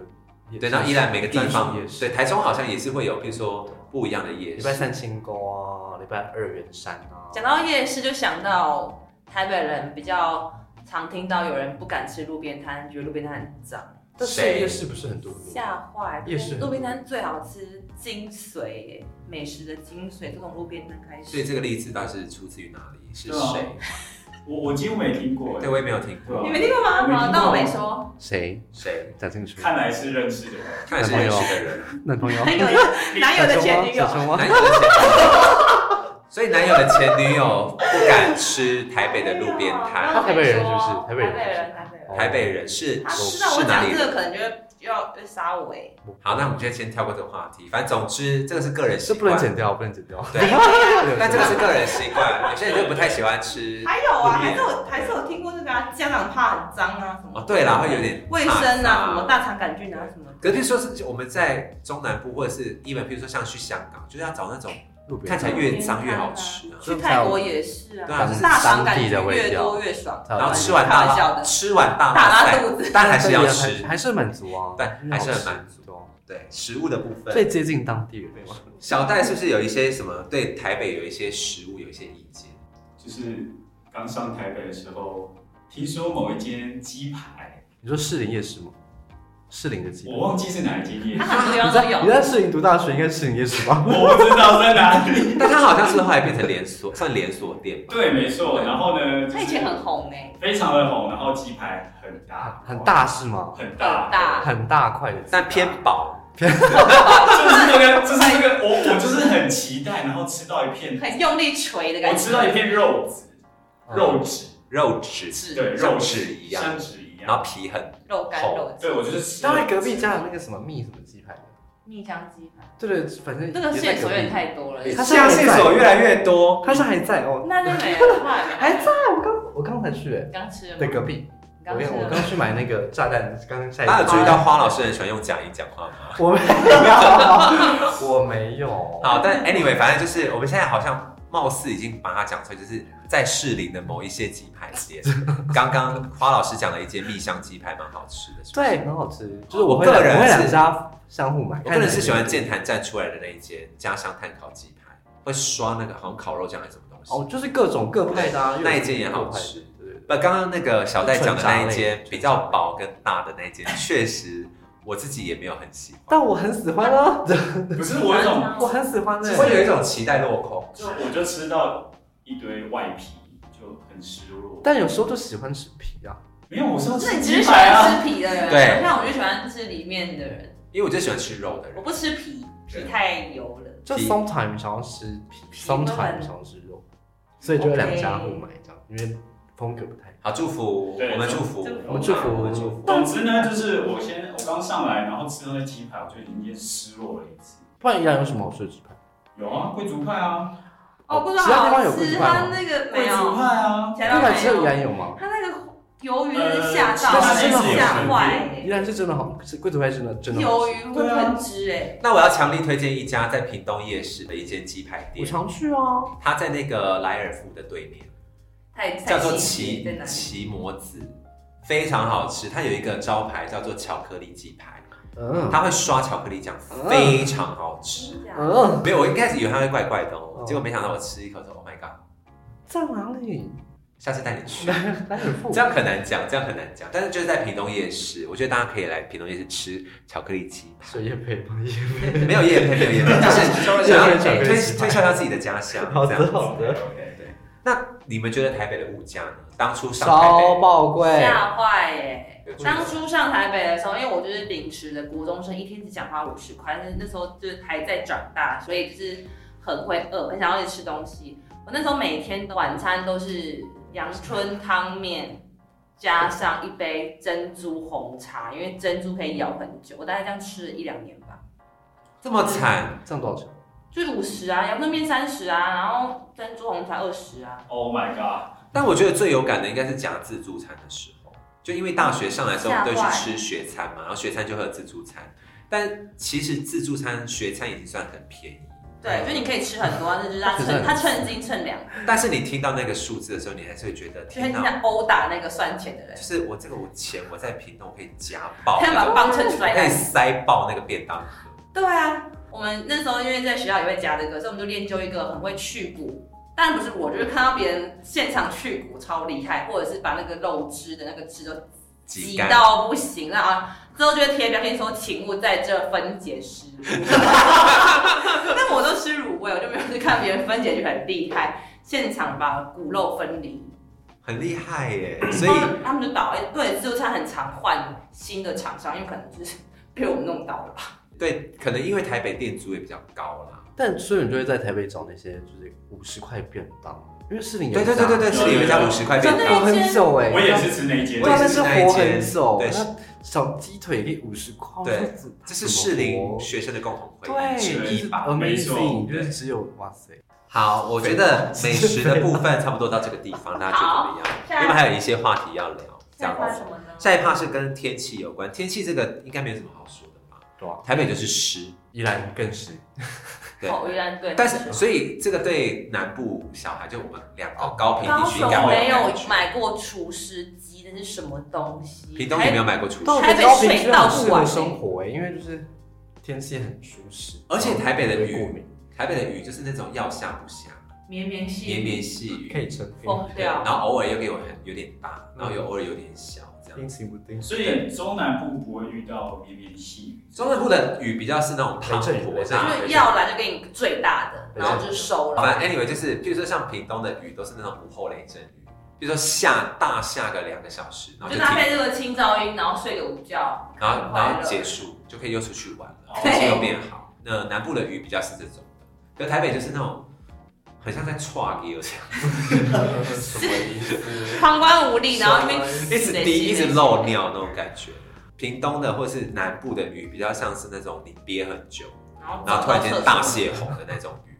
Speaker 5: 夜市，
Speaker 1: 对，然后宜兰每个地方
Speaker 5: 也，
Speaker 1: 对
Speaker 5: 是。
Speaker 1: 台中好像也是会有，譬如说不一样的夜
Speaker 5: 礼拜
Speaker 1: 市。
Speaker 5: 三清宫啊，礼拜二圆山啊。
Speaker 2: 讲到夜市就想到台北人比较常听到有人不敢吃路边摊，觉得路边摊很脏，
Speaker 5: 但是
Speaker 1: 谁
Speaker 5: 夜市不是很多路？
Speaker 2: 吓坏。
Speaker 5: 夜市很
Speaker 2: 路边摊最好吃精髓耶，美食的精髓，这种路边摊开
Speaker 1: 所以
Speaker 2: 始。
Speaker 1: 这个例子到底是出自于哪里？是
Speaker 4: 对啊
Speaker 1: 谁？
Speaker 4: 我我几乎没听过
Speaker 1: 对，
Speaker 4: 欸，
Speaker 1: 我也没有听过
Speaker 2: 你。没听过吗？
Speaker 4: 我没听过
Speaker 2: 好，那我没说。
Speaker 5: 谁
Speaker 1: 谁？
Speaker 5: 讲清楚？
Speaker 4: 看来是认识的人。
Speaker 1: 看来是认识的人。
Speaker 5: 男朋友
Speaker 2: 男友，男友的前女友
Speaker 5: 小，熊吗？
Speaker 1: 男友的前女友，所以男友的前女友不敢吃台北的路边
Speaker 2: 哎
Speaker 1: 摊，
Speaker 2: 呦
Speaker 5: 他台北人是不是
Speaker 2: 台
Speaker 5: 台
Speaker 2: 北
Speaker 5: 北
Speaker 2: 人，
Speaker 5: 人
Speaker 2: 台北人。
Speaker 1: 台北人是
Speaker 2: 他知道啊我
Speaker 1: 哦是哪
Speaker 2: 讲
Speaker 1: 里
Speaker 2: 这
Speaker 1: 人？
Speaker 2: 个，可能就会就要被杀我哎。
Speaker 1: 好，那我们就先跳过这个话题。反正总之，这个是个人习
Speaker 5: 这不能
Speaker 1: 惯，
Speaker 5: 剪掉，不能剪掉。
Speaker 1: 对，
Speaker 5: [LAUGHS]
Speaker 1: 但这个是个人习惯，有些人就不太喜欢吃。
Speaker 2: 还有啊，还是我还是有听过这个啊，家长怕很脏啊什么
Speaker 1: 哦，。对啦，会有点
Speaker 2: 卫生啊，什
Speaker 1: 怕
Speaker 2: 么。大肠杆菌啊什么的。
Speaker 1: 可是譬如说是我们在中南部，或者是因为譬如说像去香港，就是要找那种
Speaker 5: 路边
Speaker 1: 看起来越脏越好吃啊。
Speaker 2: 去泰国也是啊，
Speaker 1: 对啊就是
Speaker 2: 大肠杆
Speaker 5: 当
Speaker 2: 菌
Speaker 5: 地的味
Speaker 2: 越
Speaker 5: 道
Speaker 2: 多越爽，
Speaker 5: 然
Speaker 1: 然后吃完
Speaker 2: 开玩笑
Speaker 1: 大
Speaker 2: 的
Speaker 1: 吃完大
Speaker 2: 打
Speaker 1: 骂
Speaker 2: 拉
Speaker 1: 菜，
Speaker 2: 肚子。
Speaker 1: 但还是要吃。
Speaker 5: 还是满足啊，
Speaker 1: 对还是很
Speaker 5: 满足。
Speaker 1: 对食物的部分，
Speaker 5: 最接近当地人嘛，
Speaker 1: 小戴是不是有一些什么对台北有一些食物有一些意见？
Speaker 4: 就是刚上台北的时候，听说某一间鸡排，
Speaker 5: 你说士林夜市吗？士林的鸡
Speaker 4: 我忘记是哪一间夜市，
Speaker 2: 很多地
Speaker 5: 你
Speaker 2: 方都
Speaker 5: 在你
Speaker 2: 有，
Speaker 5: 在士林读大学，应该士林夜市
Speaker 1: [LAUGHS]
Speaker 5: 吧？
Speaker 4: 我不知道在哪里。
Speaker 1: 但它好像是后来变成连锁，算连锁店吧？
Speaker 4: 对，没错。然后呢，
Speaker 2: 他以前很红哎，
Speaker 4: 非常的红，然后鸡排很大，
Speaker 5: 很，大是吗？
Speaker 4: 很大，
Speaker 2: 很大
Speaker 5: 很大块的鸡，
Speaker 1: 但偏薄，
Speaker 4: 就是那个，就是那个，我我就是很期待，然后吃到一片，
Speaker 2: 很用力捶的
Speaker 4: 我
Speaker 2: 感觉。
Speaker 4: 吃到一片肉籽，
Speaker 5: 嗯
Speaker 4: 肉质，
Speaker 1: 肉质，
Speaker 4: 对，
Speaker 2: 是
Speaker 4: 肉
Speaker 1: 像
Speaker 4: 质
Speaker 1: 纸一样
Speaker 4: 像纸一
Speaker 1: 然后
Speaker 4: 样。
Speaker 1: 皮很
Speaker 2: 肉干
Speaker 1: 好
Speaker 2: 肉
Speaker 4: 对，
Speaker 2: 汁，
Speaker 4: 我就是吃
Speaker 5: 当然隔壁家的那个什么蜜什么鸡排，
Speaker 2: 蜜香鸡排，
Speaker 5: 对对，反正
Speaker 2: 这个
Speaker 5: 也
Speaker 2: 线
Speaker 5: 在
Speaker 2: 索
Speaker 5: 隔
Speaker 2: 有点
Speaker 5: 壁。
Speaker 2: 太多了。
Speaker 5: 它
Speaker 1: 现在线索越来越多。
Speaker 5: 他是还在哦，
Speaker 2: 那就没了，那也没
Speaker 5: 还
Speaker 2: 了
Speaker 5: 在。我刚我刚才去，哎
Speaker 2: 你刚吃了吗？
Speaker 5: 对隔壁，
Speaker 2: 你
Speaker 5: 我
Speaker 2: 刚吃
Speaker 5: 刚我
Speaker 2: 了
Speaker 5: 刚
Speaker 2: 吗。
Speaker 5: 去买那个炸弹，刚刚下一
Speaker 1: 大家
Speaker 5: 个
Speaker 1: 有注意到花老师很喜欢用假音讲话吗？
Speaker 5: 我没有，我没有。
Speaker 1: 好，但 anyway，反正就是我们现在好像貌似已经把它讲出来，就是在士林的某一些鸡排店。刚刚花老师讲了一间蜜香鸡排，蛮好吃的。是不是
Speaker 5: 对，，很好吃。就是我会
Speaker 1: 个
Speaker 5: 两
Speaker 1: 人
Speaker 5: 我会
Speaker 1: 是
Speaker 5: 两家相互买，
Speaker 1: 我个人
Speaker 5: 看
Speaker 1: 是
Speaker 5: 哪
Speaker 1: 喜欢
Speaker 5: 一
Speaker 1: 健
Speaker 5: 间。
Speaker 1: 谈站出来的那一间家乡炭烤鸡排，会刷那个好像烤肉酱还是什么东西。
Speaker 5: 哦，就是各种各派的啊，
Speaker 1: 那一间也好吃
Speaker 5: 又有各派的。对对对
Speaker 1: 不，刚刚那个小戴讲的那一
Speaker 5: 纯炸
Speaker 1: 间
Speaker 5: 类
Speaker 1: 比较薄跟大的那一间，确实我自己也没有很喜欢，
Speaker 5: 但我很喜欢
Speaker 1: [LAUGHS]
Speaker 5: 啊，
Speaker 2: [LAUGHS]
Speaker 4: 不是我有一种，
Speaker 5: 我很喜欢的。欸
Speaker 1: 会有一种期待落空。
Speaker 4: 就我就吃到一堆外皮，就很失落。
Speaker 5: 但有时候就喜欢吃皮啊，
Speaker 4: 没有，我是要
Speaker 2: 那
Speaker 4: 吃
Speaker 2: 你只是
Speaker 4: 鸡
Speaker 2: 喜
Speaker 4: 排啊。
Speaker 2: 欢吃皮的人，
Speaker 1: 对
Speaker 2: 像我就喜欢吃里面的人，
Speaker 1: 因为我就喜欢吃肉的
Speaker 2: 我
Speaker 1: 人，
Speaker 2: 不吃皮，皮
Speaker 4: 对
Speaker 2: 太油了。
Speaker 5: 就
Speaker 1: 皮
Speaker 5: sometimes 想要吃皮
Speaker 2: 皮
Speaker 5: ，sometimes
Speaker 2: 会
Speaker 5: 想要吃肉，所以就两家
Speaker 2: OK
Speaker 5: 互买这样，因为风格不太一样。
Speaker 1: 好祝福，
Speaker 4: 对
Speaker 1: 我们祝福，
Speaker 2: 祝
Speaker 5: 我们祝福
Speaker 1: 我
Speaker 2: 哦
Speaker 1: 们祝福。
Speaker 4: 总之呢，就是我先我刚上来，然后吃到那鸡排，我就已经失落了一次。
Speaker 5: 不然依然有什么好吃的鸡排？
Speaker 4: 有啊，贵族派啊，
Speaker 2: 哦，不知
Speaker 5: 其他地
Speaker 2: 道
Speaker 5: 方有
Speaker 2: 好
Speaker 5: 贵
Speaker 2: 吃，
Speaker 5: 族派
Speaker 2: 它
Speaker 5: 吗
Speaker 2: 那个没
Speaker 4: 贵族
Speaker 2: 有，
Speaker 4: 派啊，
Speaker 2: 其
Speaker 5: 依
Speaker 2: 他
Speaker 5: 然只
Speaker 2: 地
Speaker 5: 有
Speaker 2: 方没
Speaker 5: 依
Speaker 2: 有。
Speaker 5: 然有吗？
Speaker 2: 它那个鱿鱼真是吓到，
Speaker 5: 呃但是真的好吃
Speaker 2: 吓坏
Speaker 5: 依
Speaker 2: 欸，
Speaker 5: 然是真的好吃，贵族派真的真的好
Speaker 2: 鱿
Speaker 5: 吃。
Speaker 2: 鱼会喷汁哎，
Speaker 1: 那我要强力推荐一家在屏东夜市的一间鸡排
Speaker 5: 我
Speaker 1: 店，
Speaker 5: 常去啊，
Speaker 1: 它在那个莱尔富的对面，
Speaker 2: 太太
Speaker 1: 叫做
Speaker 2: 新奇
Speaker 1: 奇
Speaker 2: 在哪里？
Speaker 1: 奇摩子，非常好吃。它有一个招牌叫做巧克力鸡排，
Speaker 5: 嗯
Speaker 1: 它会刷巧克力酱，非常好吃。
Speaker 2: 欸
Speaker 5: 嗯，
Speaker 1: 没有，我一开始以为它会怪怪的哦，
Speaker 5: 哦
Speaker 1: 结果没想到我吃一口说 Oh my god，
Speaker 5: 在哪里？
Speaker 1: 下次带你去。
Speaker 5: 莱尔富
Speaker 1: 这样很难讲，这样很难讲。但是就是在屏东夜市，我觉得大家可以来屏东夜市吃巧克力鸡排。
Speaker 5: 水叶配吗？也
Speaker 1: 没有夜配，没有夜
Speaker 5: [LAUGHS]
Speaker 1: 配，就是想要推推销一下自己的家乡。
Speaker 5: 好
Speaker 1: 这
Speaker 5: 的
Speaker 1: 样子
Speaker 5: 好的，
Speaker 4: OK，
Speaker 1: 那你们觉得台北的物价呢？当初上台
Speaker 5: 超
Speaker 1: 北
Speaker 5: 爆贵，
Speaker 2: 吓坏哎！
Speaker 1: 有注意吗，
Speaker 2: 当初上台北的时候，因为我就是临时的国中生，一天只讲花五十块，但是那时候就是还在长大，所以就是很会饿，很想要去吃东西。我那时候每天的晚餐都是阳春汤面，加上一杯珍珠红茶，因为珍珠可以咬很久。我大概这样吃了一两年吧，
Speaker 1: 这么惨，
Speaker 5: 这样多少钱？
Speaker 2: 就是五十啊，阳春面三十啊，然后珍珠红茶二十啊。
Speaker 4: ，Oh my god，
Speaker 1: 但我觉得最有感的应该是夹自助餐的时候，就因为大学上来之后，我
Speaker 2: 吓
Speaker 1: 们
Speaker 2: 坏
Speaker 1: 都去吃学餐嘛，然后学餐就会有自助餐，但其实自助餐、学餐已经算很便宜。
Speaker 2: 对，就你可以吃很多啊，那就是他
Speaker 5: 真的
Speaker 2: 称
Speaker 5: 很
Speaker 2: 他称斤称两，
Speaker 1: 但是你听到那个数字的时候，你还是会觉得
Speaker 2: 就很
Speaker 1: 天哪，
Speaker 2: 像殴打那个算钱的人
Speaker 1: 就，是我这个我钱我在屏东我可以夹
Speaker 2: [LAUGHS]
Speaker 1: 爆
Speaker 2: 他
Speaker 1: 那
Speaker 2: 把
Speaker 1: 种，
Speaker 2: 磅称出
Speaker 1: 我
Speaker 2: 来。
Speaker 1: 可以塞爆那个便当盒。
Speaker 2: 对啊，我们那时候因为在学校也会夹这个，所以我们就练就一个很会去骨。但不是我，就是看到别人现场去骨超厉害，或者是把那个肉汁的那个汁都
Speaker 1: 挤
Speaker 2: 挤
Speaker 1: 干，
Speaker 2: 到不行了啊！之后就会贴标签说，请勿在这分解食
Speaker 1: [LAUGHS]
Speaker 2: 物。但我都吃卤味，我就没有去看别人分解就很厉害，现场把骨肉分离，
Speaker 1: 很厉害耶！所
Speaker 2: 然后
Speaker 1: 以
Speaker 2: 他们就倒了。对，自助餐很常换新的厂商，因为可能就是被我们弄倒了吧。
Speaker 1: 对，可能因为台北店租也比较高啦。
Speaker 5: 但所以你就会在台北找那些就是五十块便当，因为士林有
Speaker 1: 对对对对对，
Speaker 5: 家
Speaker 1: 是你们家五十块便
Speaker 2: 真的
Speaker 5: 活
Speaker 1: 当，
Speaker 5: 很久哎、
Speaker 4: 我也是吃那一间
Speaker 1: 我
Speaker 5: 对
Speaker 1: 也
Speaker 5: 啊，
Speaker 1: 是
Speaker 5: 但
Speaker 1: 吃
Speaker 5: 是
Speaker 1: 那一
Speaker 5: 活
Speaker 1: 间
Speaker 5: 很久，
Speaker 1: 对
Speaker 5: 那小鸡腿也可以五十块，
Speaker 1: 对
Speaker 5: 这怎，
Speaker 1: 这是士林学生的共同回忆之
Speaker 5: 对，
Speaker 1: 一
Speaker 5: 就是
Speaker 1: 吧。
Speaker 4: 没错
Speaker 5: amazing，就是只有哇塞，
Speaker 1: 好，我觉得美食的部分差不多到这个地方，大家觉得怎么
Speaker 2: 下一
Speaker 1: 样？因为还有一些话题要聊，这样
Speaker 2: 换
Speaker 1: 子。
Speaker 2: 什么呢？
Speaker 1: 下一趴是跟天气有关，天气这个应该没有什么好说的吧？
Speaker 5: 对啊，
Speaker 1: 台北就是湿，
Speaker 5: 依然更是
Speaker 1: 对
Speaker 2: 哦，宜兰对，
Speaker 1: 但是，所以这个对南部小孩，就我们两个高频
Speaker 2: 高
Speaker 1: 地区应
Speaker 2: 雄
Speaker 1: 该会
Speaker 2: 没
Speaker 1: 有
Speaker 2: 有
Speaker 1: 感觉。
Speaker 2: 买过厨师机，那是什么东西？
Speaker 1: 屏东也没有买过厨
Speaker 5: 但我
Speaker 1: 师，
Speaker 5: 觉得高屏区很
Speaker 2: 台北水
Speaker 5: 适
Speaker 2: 到不完
Speaker 5: 合生活哎、因为就是天气很舒适，
Speaker 1: 而且台北的
Speaker 5: 不会过
Speaker 1: 雨
Speaker 5: 敏，
Speaker 1: 台北的雨就是那种要下不下，
Speaker 2: 绵绵细
Speaker 1: 绵
Speaker 2: 雨，
Speaker 1: 绵细雨，
Speaker 5: 可以成
Speaker 2: 疯
Speaker 1: 对，
Speaker 2: 掉
Speaker 1: 然。后偶尔又给我很有点大，然后又偶尔有点小，这样。
Speaker 5: 阴晴不定，
Speaker 4: 所以中南部不会遇到绵绵细雨，
Speaker 1: 中南部的雨比较是那种滂
Speaker 5: 雷
Speaker 1: 沱
Speaker 5: 阵
Speaker 1: 大
Speaker 2: 就是
Speaker 1: 雨，
Speaker 2: 要来就给你最大的，
Speaker 5: 对
Speaker 2: 然后就收了。
Speaker 1: 啊反正 anyway 就是，譬如说像屏东的雨都是那种午后雷阵雨，比如说下大下个两个小时，然后
Speaker 2: 就
Speaker 1: 就
Speaker 2: 搭
Speaker 1: 停，
Speaker 2: 配这个清噪音，然后睡个午觉，
Speaker 1: 然后
Speaker 2: 快乐
Speaker 1: 然后结束就可以又出去玩了，
Speaker 4: 哦
Speaker 1: 天气又变好。那南部的雨比较是这种的，可台北就是那种很像在跨一这样，
Speaker 5: 什么意思？
Speaker 2: 膀胱无力，然后那边
Speaker 1: 一
Speaker 2: [LAUGHS]
Speaker 1: 直滴一直漏尿那种感觉。屏东的或是南部的雨比较像是那种你憋很久，
Speaker 2: 然后
Speaker 1: 然后突然间大泄洪的那种雨。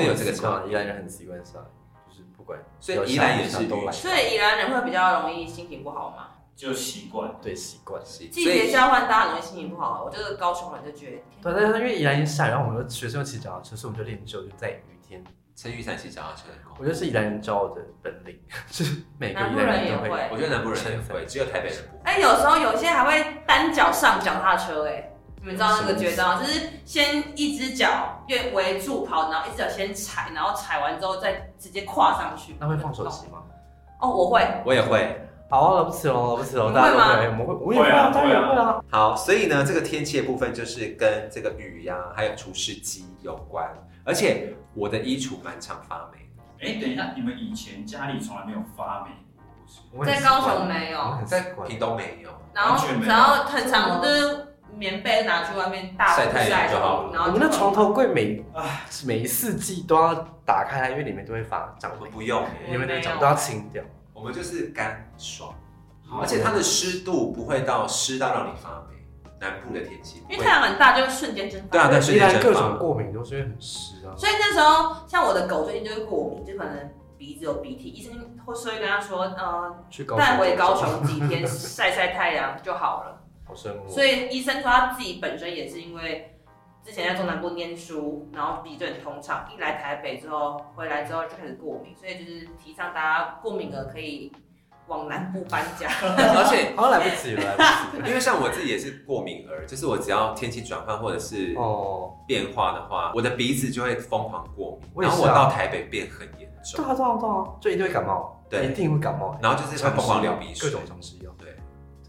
Speaker 1: 所以
Speaker 5: 我
Speaker 1: 有这个
Speaker 5: 习惯
Speaker 1: 差
Speaker 5: 了，
Speaker 1: 异
Speaker 5: 依然人很习惯下来，就是不管
Speaker 1: 所以宜兰也是雨
Speaker 5: 都来，
Speaker 2: 所以宜兰人会比较容易心情不好嘛，
Speaker 4: 就习惯了。
Speaker 5: 对习惯。
Speaker 1: 所以
Speaker 2: 季节交换大家很容易心情不好。我这个高雄人就觉
Speaker 5: 对，
Speaker 2: 得，
Speaker 5: 但是因为宜兰也下雨，然后我们学生又骑脚踏车，所以我们就练就就在雨天。
Speaker 1: 陈玉山骑脚踏车很恐
Speaker 5: 我觉得是宜兰人骄傲的本领， [LAUGHS] 就是每个
Speaker 2: 南
Speaker 5: 宜
Speaker 2: 部
Speaker 5: 兰
Speaker 2: 人
Speaker 5: 人
Speaker 2: 也
Speaker 5: 都会。
Speaker 2: 会
Speaker 1: 怖。。我觉得南部人也会，只有台北人不会。
Speaker 2: 哎、有时候有些还会单脚上脚踏车、哎，你们知道
Speaker 1: 嗯
Speaker 2: 那个绝招，就是先一只脚越围住跑，然后一只脚先踩，然后踩完之后再直接跨上去。
Speaker 5: 那会放手机吗？
Speaker 2: 哦，我会，
Speaker 1: 我也会。
Speaker 5: 好啊，了不起喽，了不起喽，
Speaker 2: 你
Speaker 5: 大家
Speaker 2: 会吗
Speaker 5: 都会，我们会，我也
Speaker 4: 会啊
Speaker 5: 当然
Speaker 4: 会
Speaker 5: 会啊。
Speaker 1: 好，所以呢，这个天气的部分就是跟这个雨呀、还有除湿机有关。而且我的衣橱蛮常发霉的，
Speaker 4: 哎、哎，等一下，你们以前家里从来没有发霉过，不是？
Speaker 5: 我
Speaker 2: 啊
Speaker 5: 很
Speaker 2: 在
Speaker 5: 习
Speaker 2: 高
Speaker 5: 惯
Speaker 2: 雄没有，
Speaker 5: 我很习
Speaker 1: 在
Speaker 5: 惯
Speaker 1: 屏东没有，
Speaker 2: 然后
Speaker 4: 完全没有
Speaker 2: 然后很常就是棉被拿去外面大
Speaker 1: 晒
Speaker 2: 曝
Speaker 1: 太阳
Speaker 2: 晒
Speaker 1: 就好了
Speaker 2: 然后
Speaker 5: 我们的床头柜每
Speaker 4: 唉
Speaker 5: 每四季都要打开来，因为里面都会发长
Speaker 1: 我们，
Speaker 5: 霉
Speaker 1: 不用，
Speaker 5: 你们的
Speaker 2: 没有
Speaker 5: 长都要清掉。
Speaker 1: 我们就是干爽，
Speaker 4: 好
Speaker 1: 而且它的湿度不会到湿到让你发霉。南部的天气不
Speaker 2: 因
Speaker 1: 会，
Speaker 2: 为太阳很大就瞬间蒸发。
Speaker 1: 对啊，但是
Speaker 5: 依然各种过敏都是因为很湿啊。
Speaker 2: 所以那时候像我的狗最近就是过敏，就可能鼻子有鼻涕，医生或是会跟他说，呃，
Speaker 5: 去高
Speaker 2: 带
Speaker 5: 雄
Speaker 2: 回高雄几天 [LAUGHS] 晒晒太阳就好了。
Speaker 5: 好哦生活，
Speaker 2: 所以医生说他自己本身也是因为之前在中南部念书，然后鼻子很通畅，一来台北之后回来之后就开始过敏，所以就是提倡大家过敏了可以往南部搬家。
Speaker 1: 而且
Speaker 5: 好来不及了，来不及了。
Speaker 1: 因为像我自己也是过敏儿，就是我只要天气转换或者
Speaker 2: [LAUGHS]
Speaker 1: 是
Speaker 5: 哦，
Speaker 1: 变化的话，我的鼻子就会疯狂过敏，
Speaker 5: 我也
Speaker 1: 然
Speaker 5: 是啊
Speaker 1: 后我到台北变很严
Speaker 5: 对
Speaker 1: 重，
Speaker 5: 啊对啊对啊，就一定会感冒，
Speaker 1: 对
Speaker 5: 一定会感冒，
Speaker 1: 然后就是会疯狂流鼻
Speaker 5: 各
Speaker 1: 水，
Speaker 5: 种常识药。
Speaker 1: 对。